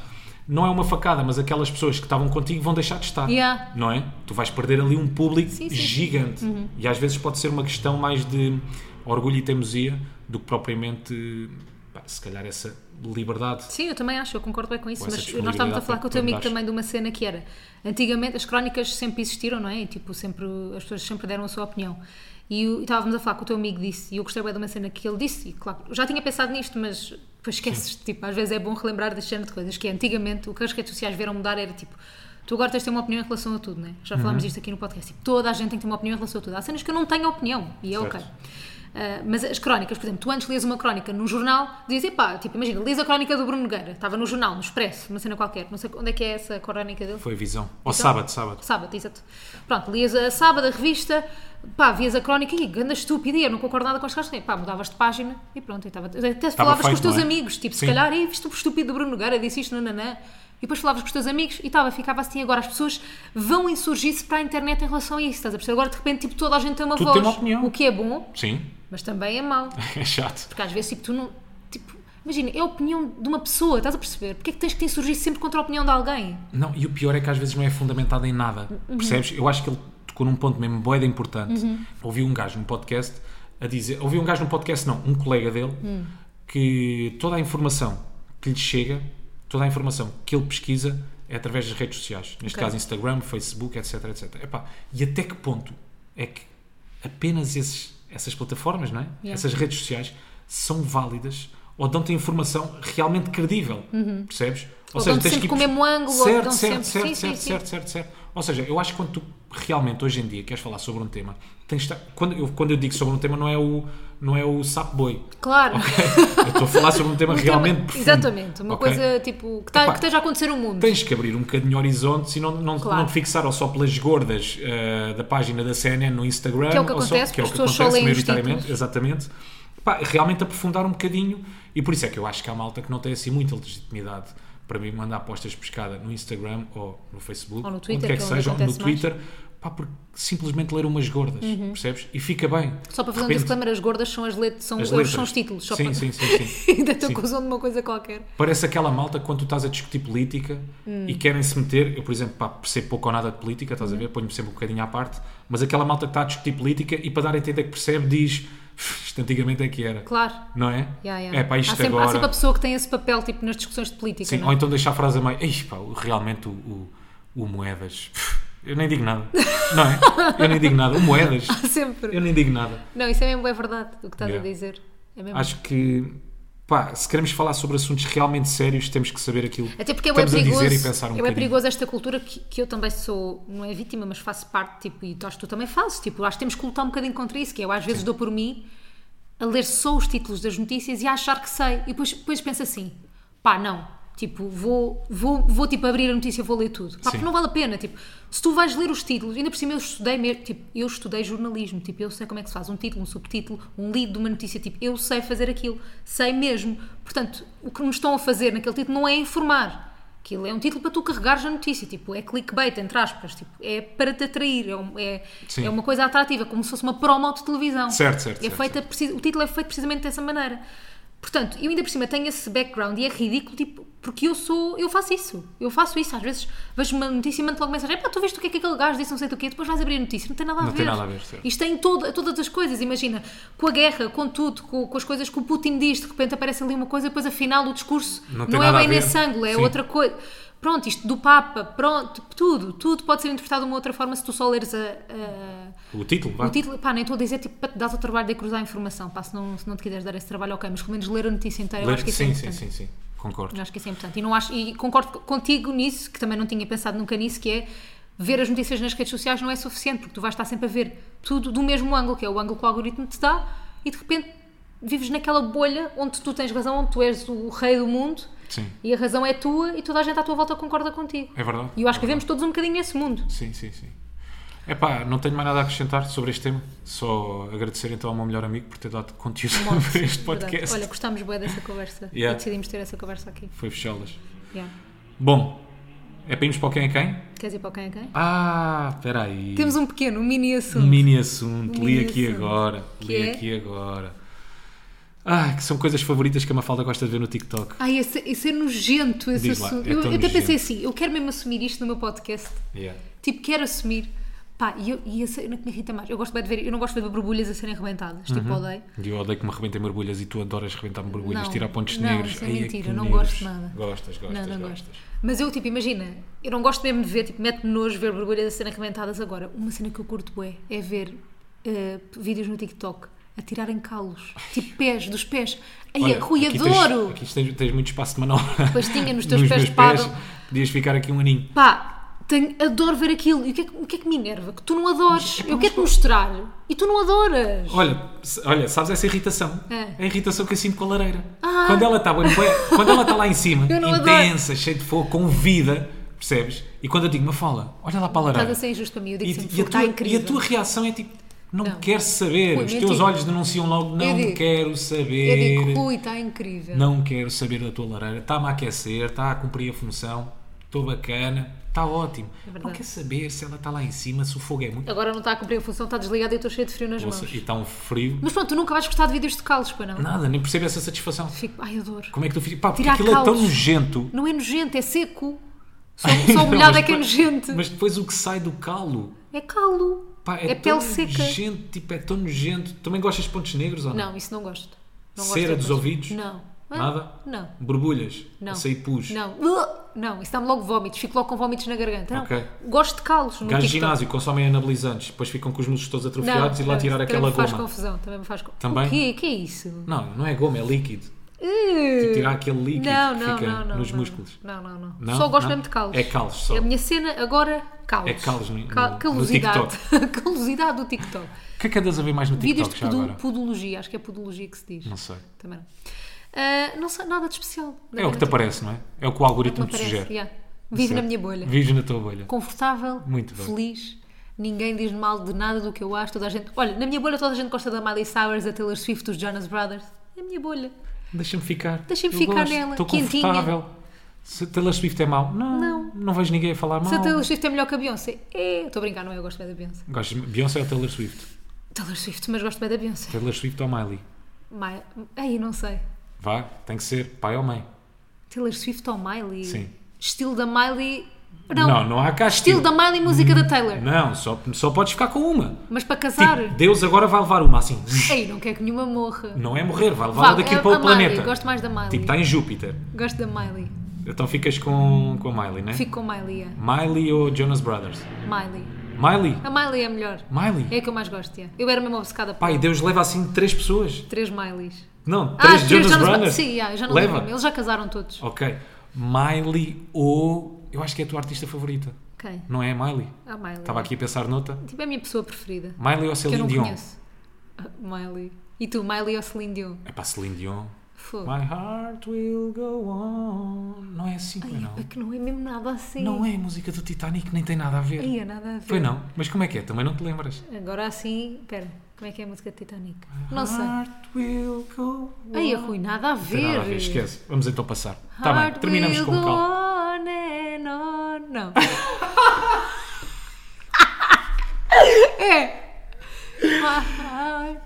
S1: não é uma facada, mas aquelas pessoas que estavam contigo vão deixar de estar.
S2: Yeah.
S1: Não é? Tu vais perder ali um público
S2: Sim, Uhum. sim, sim.
S1: gigante. E às vezes pode ser uma questão mais de orgulho e teimosia do que propriamente, pá, se calhar, essa liberdade.
S2: Sim, eu também acho, eu concordo bem com isso,
S1: Com essa
S2: mas nós estávamos a falar com o teu
S1: disponibilidade
S2: amigo
S1: para- para
S2: também de uma cena que era, antigamente as crónicas sempre existiram, não é? E, tipo, sempre, as pessoas sempre deram a sua opinião. E o- e estávamos a falar com o teu amigo disso, e eu gostei bem de uma cena que ele disse, e claro, eu já tinha pensado nisto, mas depois esqueces, tipo, às vezes é bom relembrar deste género de coisas, que é, antigamente o que as redes sociais vieram mudar era tipo, tu agora tens de ter uma opinião em relação a tudo, não é? Já
S1: Uhum.
S2: falámos disto aqui no podcast, tipo, toda a gente tem que ter uma opinião em relação a tudo. Há cenas que eu não tenho opinião, e é
S1: Certo.
S2: ok. Uh, mas as crónicas, por exemplo, tu antes lias uma crónica num jornal, dizes, pá, tipo, imagina, lias a crónica do Bruno Nogueira, estava no jornal, no Expresso, uma cena qualquer, não sei onde é que é essa crónica dele.
S1: Foi a visão.
S2: Então,
S1: Ou sábado, sábado.
S2: Sábado, exato. Pronto, lias a sábado a revista, pá, vias a crónica e ganda estúpida, e eu não concordo nada com as coisas, pá, mudavas de página e pronto, e estava, até falavas com
S1: feito,
S2: os teus
S1: não é?
S2: amigos, tipo, se
S1: Sim.
S2: calhar, ei, viste o estúpido do Bruno Nogueira, disse isto, nananã, e depois falavas com os teus amigos e estava, ficava assim, agora as pessoas vão insurgir-se para a internet em relação a isso, estás a perceber? Agora de repente, tipo, toda a gente tem uma
S1: Tudo
S2: voz,
S1: tem uma opinião.
S2: o que é bom,
S1: Sim,
S2: mas também é mau.
S1: é chato.
S2: Porque às vezes, tipo, tu não. Tipo, imagina, é a opinião de uma pessoa, estás a perceber? Porque é que tens que te insurgir sempre contra a opinião de alguém?
S1: Não, e o pior é que às vezes não é fundamentado em nada.
S2: Uhum.
S1: Percebes? Eu acho que ele tocou num ponto mesmo boeda importante. Ouvi um gajo num podcast a dizer. Ouvi um gajo num podcast, não, um colega dele,
S2: Hum.
S1: que toda a informação que lhe chega, toda a informação que ele pesquisa é através das redes sociais. Neste
S2: Ok.
S1: caso, Instagram, Facebook, etc, etc. Epá, e até que ponto é que apenas esses- essas plataformas, não é?
S2: Yeah.
S1: Essas redes sociais são válidas ou dão-te informação realmente credível,
S2: Uhum.
S1: percebes?
S2: Ou dão-te sempre com o
S1: pers-
S2: mesmo ângulo, ou
S1: certo,
S2: dão
S1: certo, certo,
S2: sempre- sim, sim,
S1: certo,
S2: sim.
S1: certo, certo, certo. Ou seja, eu acho que quando tu realmente hoje em dia queres falar sobre um tema, tens de estar- quando, eu, quando eu digo sobre um tema não é o não é o sapo boi.
S2: Claro.
S1: Eu estou a falar sobre um tema
S2: Um tema-
S1: realmente profundo.
S2: Exatamente, uma
S1: ok?
S2: coisa tipo que, tá,
S1: Epá,
S2: que esteja a acontecer no mundo.
S1: Tens que abrir um bocadinho o horizonte e não, não,
S2: Claro.
S1: não te fixar ou só pelas gordas eh, da página da CNN no Instagram.
S2: Que é o que
S1: ou só-
S2: acontece,
S1: que é o
S2: porque
S1: que
S2: as pessoas só
S1: acontece
S2: leem os
S1: maioritariamente.
S2: títulos.
S1: Exatamente. Pá, realmente aprofundar um bocadinho e por isso é que eu acho que há malta que não tem assim muita legitimidade para mim mandar apostas de pescada no Instagram ou no Facebook,
S2: Ou no Twitter,
S1: onde quer
S2: que
S1: que
S2: é onde
S1: seja, ou no
S2: acontece mais. Uhum.
S1: Twitter, pá, porque simplesmente ler umas gordas, percebes? E fica bem.
S2: Só para fazer um
S1: De repente,
S2: disclaimer, as gordas são as letras, são,
S1: as
S2: os-
S1: letras.
S2: são os títulos. Só
S1: sim,
S2: para...
S1: sim, sim, sim.
S2: Ainda estou
S1: Sim.
S2: acusando uma coisa qualquer.
S1: Parece aquela malta que quando tu estás a discutir política e
S2: Hum.
S1: querem se meter, eu por exemplo pá, percebo pouco ou nada de política, estás
S2: Uhum.
S1: a ver? Ponho-me sempre um bocadinho à parte, mas aquela malta que está a discutir política e para dar a entender que percebe diz isto antigamente é que era.
S2: Claro.
S1: Não é?
S2: Yeah, yeah.
S1: É para isto
S2: há, sempre, há
S1: agora.
S2: sempre a pessoa que tem esse papel tipo, nas discussões de política.
S1: Sim,
S2: não é?
S1: ou então deixar a frase a meio, "Ei, pá, o- realmente o, o- o moedas. Eu nem digo nada. Não é? Eu nem digo nada. O moedas.
S2: Há sempre.
S1: Eu nem digo nada.
S2: Não, isso é mesmo é verdade o que estás
S1: Yeah.
S2: a dizer. É mesmo.
S1: Acho que pá, se queremos falar sobre assuntos realmente sérios, temos que saber aquilo
S2: Até
S1: que
S2: porque é bué
S1: estamos a
S2: perigoso,
S1: dizer e pensar um
S2: é bué
S1: bocadinho.
S2: perigoso esta cultura que, que eu também sou, não é vítima, mas faço parte, tipo, e tu- acho que tu também fazes, tipo, acho que temos que lutar um bocadinho contra isso, que eu às vezes dou por mim a ler só os títulos das notícias e a achar que sei, e depois, depois penso assim, pá, não, tipo, vou, vou, vou tipo, abrir a notícia, vou ler tudo, pá,
S1: Sim.
S2: porque não vale a pena, tipo, se tu vais ler os títulos, ainda por cima eu estudei mesmo, tipo, eu estudei jornalismo, tipo, eu sei como é que se faz um título, um subtítulo, um lead de uma notícia, tipo, eu sei fazer aquilo, sei mesmo, portanto, o que nos estão a fazer naquele título não é informar, Aquilo é um título para tu carregares a notícia, tipo, é clickbait, entre aspas, tipo, é para te atrair, é, um- é,
S1: Sim.
S2: é uma coisa atrativa, como se fosse uma promo de televisão.
S1: Certo, certo,
S2: É
S1: certo,
S2: feita, preci- o título é feito precisamente dessa maneira. Portanto, eu ainda por cima tenho esse background e é ridículo, tipo, porque eu sou, eu faço isso, eu faço isso, às vezes vejo uma notícia e mando logo mensagem, pá, tu viste o que é que aquele gajo disse, não sei do quê, depois vais abrir a notícia, não tem nada a
S1: Não
S2: ver.
S1: tem nada a ver, certo.
S2: Isto tem todo, todas as coisas, imagina, com a guerra, com tudo, com, com as coisas que o Putin diz, de repente aparece ali uma coisa, depois afinal o discurso
S1: Não
S2: não,
S1: tem
S2: é
S1: nada a
S2: bem
S1: ver.
S2: nesse ângulo, é
S1: Sim.
S2: outra coisa. Pronto, isto do Papa, pronto, tudo, tudo pode ser interpretado de uma outra forma se tu só leres a- a-
S1: O título, vá.
S2: o título. Pá, nem estou a dizer tipo, para te dar o trabalho de cruzar a informação, pá, se não, se não te quiseres dar esse trabalho, ok, mas pelo menos ler a notícia inteira, eu
S1: Ler-
S2: acho que isso é
S1: sim, sim, sim,
S2: importante.
S1: sim. Concordo.
S2: Eu acho que isso é importante. E, não acho, e concordo contigo nisso, que também não tinha pensado nunca nisso, que é ver as notícias nas redes sociais não é suficiente, porque tu vais estar sempre a ver tudo do mesmo ângulo, que é o ângulo que o algoritmo te dá, e de repente vives naquela bolha onde tu tens razão, onde tu és o rei do mundo
S1: Sim.
S2: e a razão é tua e toda a gente à tua volta concorda contigo.
S1: É verdade.
S2: E eu
S1: É
S2: acho
S1: verdade.
S2: que vivemos todos um bocadinho nesse mundo.
S1: Sim, sim, sim. Epá, não tenho mais nada a acrescentar sobre este tema. Só agradecer então ao meu melhor amigo por ter dado conteúdo para este
S2: Verdade.
S1: podcast.
S2: Olha, gostámos bem dessa conversa
S1: Yeah.
S2: e decidimos ter essa conversa aqui.
S1: Foi fechá-las.
S2: Yeah.
S1: Bom, é para irmos para o quem é quem?
S2: Queres ir para o quem é quem?
S1: Ah, espera aí.
S2: Temos um pequeno, um mini assunto.
S1: Mini assunto, li
S2: Mini
S1: aqui
S2: assunto.
S1: agora.
S2: Que
S1: Li
S2: é?
S1: aqui agora. Ah, que são coisas favoritas que a Mafalda gosta de ver no TikTok.
S2: Ai, esse, esse é nojento, esse
S1: Diz lá,
S2: assunto.
S1: é
S2: eu
S1: tão
S2: eu até pensei
S1: nojento.
S2: assim, eu quero mesmo assumir isto no meu podcast.
S1: Yeah.
S2: Tipo, quero assumir. Pá, e, eu, e esse é o que me irrita mais. Eu gosto bem de ver, eu não gosto de ver borbulhas a serem
S1: Uhum.
S2: arrebentadas, tipo, odeio.
S1: E eu odeio que me arrebentem borbulhas e tu adoras arrebentar-me borbulhas,
S2: Não,
S1: tirar pontos
S2: não,
S1: negros.
S2: isso é
S1: Ai,
S2: mentira,
S1: que
S2: eu não
S1: negros.
S2: gosto de nada.
S1: Gostas, gostas,
S2: não, não
S1: gostas.
S2: gosto. Mas eu, tipo, imagina, eu não gosto mesmo de ver, tipo, mete-me nojo ver borbulhas a serem arrebentadas agora. Uma cena que eu curto bué é ver eh, vídeos no TikTok a tirarem calos, tipo, pés, dos pés. Ai,
S1: Olha,
S2: é Rui,
S1: aqui
S2: adoro!
S1: Tens, aqui tens, tens muito espaço de manobra.
S2: Pois tinha, nos teus
S1: Nos
S2: pés
S1: meus
S2: de pado.
S1: Podias ficar aqui um aninho.
S2: Pá, tenho, adoro ver aquilo. E o que, é que, o que é que me enerva? Que tu não adores. Eu quero-te mostrar e tu não adoras.
S1: Olha, se- olha, sabes essa irritação?
S2: É.
S1: A irritação que eu sinto com a lareira.
S2: Ah.
S1: Quando ela está quando ela está lá em cima,
S2: Eu não
S1: intensa, cheia de fogo, com vida, percebes? E quando eu digo, uma fala, olha lá para a
S2: Estás
S1: lareira.
S2: a ser injusto para mim. Eu
S1: E,
S2: digo sempre
S1: e a
S2: fogo, está
S1: tua, e
S2: incrível.
S1: a tua reação é tipo, não,
S2: Não.
S1: quero saber.
S2: Ui,
S1: Os teus
S2: mentira.
S1: olhos denunciam logo, não
S2: digo.
S1: quero
S2: Eu
S1: saber.
S2: digo, Rui, está incrível.
S1: Não quero saber da tua lareira. Está-me a aquecer, está a cumprir a função, estou bacana, está ótimo. não
S2: É verdade.
S1: quero saber se ela está lá em cima, se o fogo é muito.
S2: Agora não está a cumprir a função, está desligado e eu estou cheio de frio nas
S1: Ouça,
S2: mãos.
S1: e está um frio.
S2: Mas pronto, tu nunca vais gostar de vídeos de calos, para não.
S1: Nada, nem percebo essa satisfação.
S2: Fico, ai, adoro.
S1: Como é que tu ficas? Pá, porque
S2: Tirar
S1: aquilo é tão
S2: calos.
S1: nojento.
S2: Não é nojento, é seco. Só, só molhado é que é
S1: Mas
S2: nojento.
S1: depois- Mas depois o que sai do calo.
S2: É calo.
S1: Pá, é,
S2: é
S1: tão
S2: pele seca.
S1: nojento, tipo, é tão nojento. Também gostas de pontos negros ou não?
S2: Não, isso não gosto. Não gosto
S1: Cera
S2: de
S1: dos
S2: coisa.
S1: ouvidos?
S2: Não. Hã?
S1: Nada?
S2: Não.
S1: Borbulhas?
S2: Não.
S1: A sair pus?
S2: Não. Uh! Não, isso dá-me logo vómitos. Fico logo com vómitos na garganta. Não.
S1: Ok.
S2: Gosto de calos. No
S1: Gajos de
S2: TikTok.
S1: ginásio consomem anabolizantes, depois ficam com os músculos todos atrofiados e lá
S2: não,
S1: tirar
S2: também
S1: aquela
S2: me faz
S1: goma.
S2: confusão. Também me faz confusão.
S1: Também?
S2: O quê? que é isso?
S1: Não, não é goma, é líquido.
S2: Uh!
S1: Tipo, Tirar aquele líquido
S2: não,
S1: que
S2: não,
S1: fica
S2: não, não,
S1: nos
S2: não.
S1: músculos.
S2: Não, não, não.
S1: Não?
S2: Só gosto
S1: Não?
S2: mesmo de calos.
S1: É calos só.
S2: É a minha cena agora, calos.
S1: É calos no- no- no
S2: calosidade. calosidade do TikTok.
S1: O que é que andas a ver mais no
S2: Vídeos
S1: TikTok
S2: de
S1: já
S2: podu-
S1: agora?
S2: podologia. Acho que é podologia que se diz.
S1: Não sei.
S2: Também não. Ah, não sei, nada de especial.
S1: É o que te aparece, não é? É o que o algoritmo te sugere.
S2: Yeah. Vivo na
S1: Certo?
S2: minha bolha.
S1: Vives na tua bolha.
S2: confortável,
S1: Muito bem.
S2: feliz. Ninguém diz mal de nada do que eu acho. Toda a gente, olha, na minha bolha toda a gente gosta da Miley Cyrus, da Taylor Swift, dos Jonas Brothers. É a minha bolha.
S1: Deixa-me ficar.
S2: Deixa-me
S1: Eu
S2: ficar
S1: gosto.
S2: nela,
S1: Estou
S2: quentinha.
S1: confortável. Se Taylor Swift é mau, não. Não,
S2: Não.
S1: vejo ninguém a falar mal.
S2: Se a Taylor Swift é melhor que a Beyoncé, é. Estou a brincar, não é? Eu gosto bem da Beyoncé.
S1: Gostas de Beyoncé ou Taylor Swift?
S2: Taylor Swift, mas gosto bem da Beyoncé.
S1: Taylor Swift ou Miley?
S2: Ma- Ai, não sei.
S1: Vá, tem que ser pai ou mãe.
S2: Taylor Swift ou Miley?
S1: Sim.
S2: Estilo da Miley. Não,
S1: não, há cá
S2: Estilo da Miley, música da Taylor.
S1: Não, só, só podes ficar com uma.
S2: Mas para casar.
S1: Tipo, Deus agora vai levar uma assim.
S2: Ei, não quero que nenhuma morra.
S1: Não é morrer, vai levá-la
S2: Vá,
S1: daqui
S2: é
S1: para
S2: a
S1: o
S2: Miley,
S1: planeta.
S2: gosto mais da Miley.
S1: Tipo, está em Júpiter.
S2: Gosto da Miley.
S1: Então ficas com, com a Miley, né?
S2: Fico com Miley, é.
S1: Miley ou Jonas Brothers?
S2: Miley.
S1: Miley?
S2: A Miley é a melhor.
S1: Miley?
S2: É a que eu mais gosto, é. Eu era mesmo obcecada por
S1: Pai, Deus leva assim três pessoas.
S2: três Mileys. Ah,
S1: Não, três Jonas Brothers.
S2: Sim, é. yeah, eu já não
S1: leva. Oh.
S2: lembro. Eles já casaram todos.
S1: Ok. Miley ou. Eu acho que é a tua artista favorita.
S2: Ok.
S1: Não é a Miley?
S2: A Miley.
S1: Estava aqui a pensar noutra.
S2: Tipo, é a minha pessoa preferida.
S1: Miley ou
S2: que eu
S1: Celine
S2: não
S1: Dion?
S2: conheço. Ah, Miley. E tu, Miley ou Celine Dion?
S1: É para Celine Dion.
S2: Fogo.
S1: My heart will go on. Não é assim, pois não.
S2: É que não é mesmo nada assim.
S1: Não é a música do Titanic, nem tem nada a ver.
S2: Ia, nada a ver.
S1: Foi não. Mas como é que é? Também não te lembras?
S2: Agora assim, pera, como é que é a música de Titanic? Não sei.
S1: Heart will go on.
S2: Aí, Rui, nada a
S1: Não Ah, tem
S2: ver.
S1: nada a ver, esquece. Vamos então passar. Está bem, terminamos com o calmo.
S2: calma. Não. é. Heart-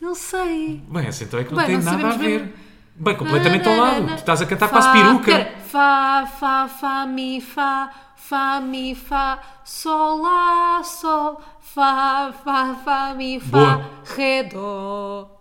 S2: Não sei.
S1: Bem, essa então é que não
S2: Bem,
S1: tem
S2: não
S1: nada a
S2: sabemos
S1: ver.
S2: mesmo.
S1: Bem, completamente ao lado. Tu estás a cantar
S2: Fá-
S1: quase peruca.
S2: pera, Fá, fá, fá, mi, fá, fá, mi, fá, sol, lá, sol, fá, fá, fá, mi, fá,
S1: Boa.
S2: ré, dó.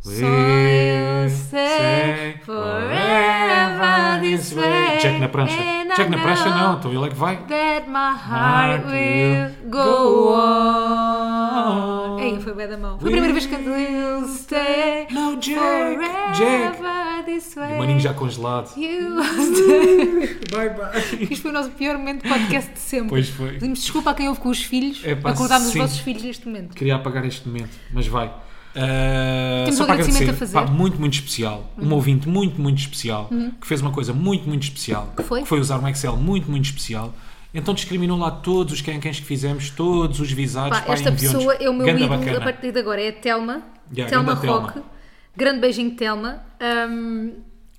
S2: So
S1: We'll
S2: you say
S1: say
S2: forever this way.
S1: Check na prancha.
S2: and
S1: Check
S2: I
S1: na prancha não,
S2: know
S1: então ele é que vai.
S2: That my heart will go on. Ei, foi bem da mão. Foi a primeira vez que cantei. We'll stay
S1: No, Jack,
S2: forever
S1: Jack.
S2: this way.
S1: O maninho já congelado.
S2: You stay.
S1: Bye bye.
S2: Isto foi o nosso pior momento de podcast de sempre.
S1: Pois foi.
S2: Pedimos desculpa a quem ouve com os filhos.
S1: É pá,
S2: Acordámos
S1: sim.
S2: os vossos filhos neste momento.
S1: Queria apagar este momento, mas vai. Uh,
S2: Temos
S1: só
S2: um
S1: para agradecer,
S2: agradecimento a fazer. Uhum.
S1: pá, muito, muito especial. Um ouvinte muito, muito especial que fez uma coisa muito, muito especial. Que
S2: foi?
S1: usar um Excel muito, muito especial. Então discriminou lá todos os quem-quens que fizemos, todos os visados.
S2: Pá,
S1: pá,
S2: esta
S1: enviou-nos.
S2: pessoa é o meu
S1: Ganda
S2: ídolo
S1: bacana.
S2: a partir de agora, é a Telma,
S1: Yeah,
S2: Telma
S1: ganda Telma.
S2: Rock. Grande beijinho, Telma. Hum,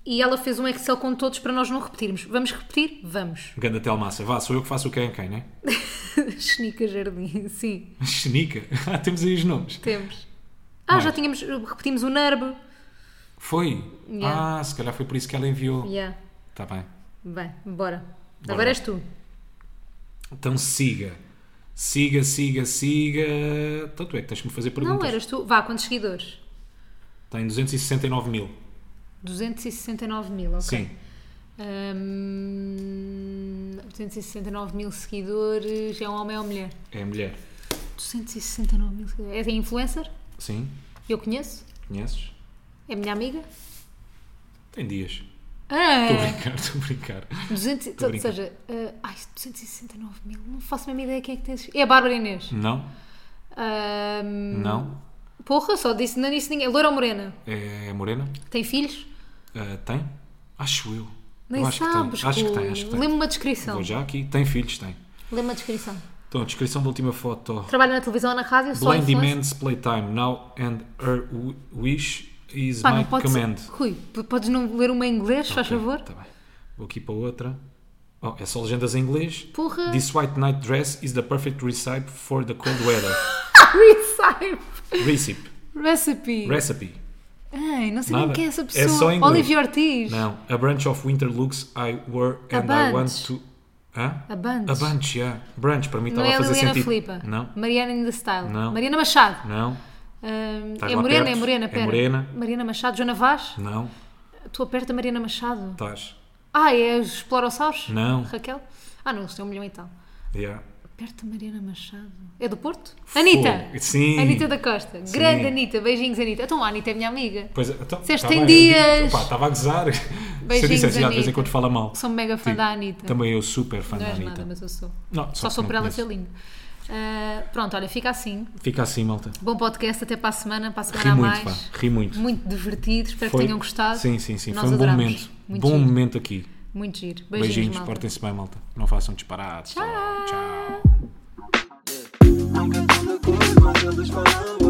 S2: e ela fez um Excel com todos para nós não repetirmos. Vamos repetir? Vamos.
S1: Ganda Telmassa. Vá, sou eu que faço o quem-quem, né?
S2: Xenica Jardim, sim,
S1: Xenica. Ah, Temos aí os nomes.
S2: temos. Ah,
S1: Mais.
S2: já tínhamos, repetimos o NERB.
S1: Foi?
S2: Yeah.
S1: Ah, se calhar foi por isso que ela enviou.
S2: Yeah.
S1: Está bem.
S2: Bem, bora.
S1: Bora.
S2: Agora és tu.
S1: Então siga. Siga, siga, siga. Tanto é que tens que me fazer perguntas.
S2: Não, eras tu. Vá, quantos seguidores?
S1: Tem 269 mil.
S2: 269 mil, ok.
S1: Sim.
S2: Hum, 269 mil seguidores, é um homem ou mulher?
S1: É mulher.
S2: 269 mil seguidores. É influencer?
S1: Sim.
S2: Eu conheço?
S1: Conheces?
S2: É minha amiga?
S1: Tem dias.
S2: Ah,
S1: Estou a brincar, estou a brincar.
S2: 200,
S1: Tô a
S2: ou
S1: brincar.
S2: seja, ah, ai, 269 mil, não faço a mesma ideia quem é que tem esses- É a Bárbara Inês.
S1: Não,
S2: Ahm,
S1: Hum. não.
S2: Porra, só disse, não disse ninguém. Loura ou Morena?
S1: É morena?
S2: Tem filhos?
S1: Ah, tem? Acho eu.
S2: Nem
S1: eu
S2: sabes.
S1: acho que tem. Acho que
S2: Rui.
S1: tem, acho que tem.
S2: Lê-me uma descrição.
S1: Vou já aqui. Tem filhos, tem.
S2: Lê-me uma descrição.
S1: Então, descrição da última foto.
S2: Trabalha na televisão ou na rádio? Só
S1: Blind
S2: influencer?
S1: demands playtime now and her wi- wish is
S2: Pá,
S1: my
S2: não pode
S1: command.
S2: ser. Rui, p- podes não ler uma em inglês, faz
S1: Ok,
S2: favor?
S1: Tá bem. Vou aqui para outra. Oh, é só legendas em inglês.
S2: Porra.
S1: This white night dress is the perfect recipe for the cold weather.
S2: Recipe.
S1: Recipe.
S2: Recipe.
S1: Recipe.
S2: Ai, não sei nem
S1: Nada.
S2: quem é essa
S1: É
S2: pessoa.
S1: só em inglês.
S2: Olivia Ortiz.
S1: Não. A branch of winter looks I wore
S2: A
S1: and I
S2: bunch.
S1: want to. Hã?
S2: A Bunch.
S1: A bunch, yeah. Branch, para mim
S2: Não
S1: estava
S2: é
S1: a
S2: a
S1: fazer
S2: Liliana
S1: sentido.
S2: Filipa.
S1: Não.
S2: Mariana in the Style.
S1: Não.
S2: Mariana Machado.
S1: Não.
S2: Ahm,
S1: Estás
S2: é
S1: lá
S2: morena,
S1: perto.
S2: é morena,
S1: É
S2: pera.
S1: morena.
S2: Mariana Machado, Joana Vaz.
S1: Não.
S2: Estou perto da Mariana Machado.
S1: Estás.
S2: Ah, é os Explorossauros?
S1: Não.
S2: Raquel? Ah, não, eles têm um milhão e tal.
S1: Yeah.
S2: Perto da Mariana Machado. É do Porto? Anitta!
S1: Fogo. Sim.
S2: Anitta da Costa. Grande Anitta, beijinhos Anitta. Então a Anitta é minha amiga.
S1: Pois é, então,
S2: Disseste,
S1: tá
S2: tem
S1: bem.
S2: dias.
S1: Opa, Estava a gozar. Se eu
S2: Beijinhos,
S1: dissesse, já, de vez em
S2: Anitta.
S1: quando fala mal.
S2: Sou mega fã
S1: Sim.
S2: da Anitta.
S1: Também eu super fã
S2: não
S1: da
S2: és
S1: Anitta.
S2: nada, mas eu sou.
S1: Não,
S2: Só
S1: que
S2: sou
S1: não
S2: por ela
S1: conheço.
S2: ser linda. Ah, pronto, olha, fica assim.
S1: Fica assim, malta.
S2: Bom podcast até para a semana, para a semana
S1: Ri
S2: a
S1: muito,
S2: mais.
S1: pá. Ri muito.
S2: Muito divertido, espero
S1: Foi-
S2: que tenham gostado.
S1: Sim, sim, sim.
S2: Nós
S1: Foi um bom
S2: adoramos.
S1: momento.
S2: Muito
S1: bom
S2: giro.
S1: momento aqui.
S2: Muito giro. Beijinhos,
S1: Beijinhos,
S2: malta.
S1: portem-se bem, malta. Não façam disparados. Tchau.
S2: Tchau.
S3: Nunca dão de cor, mas eles falam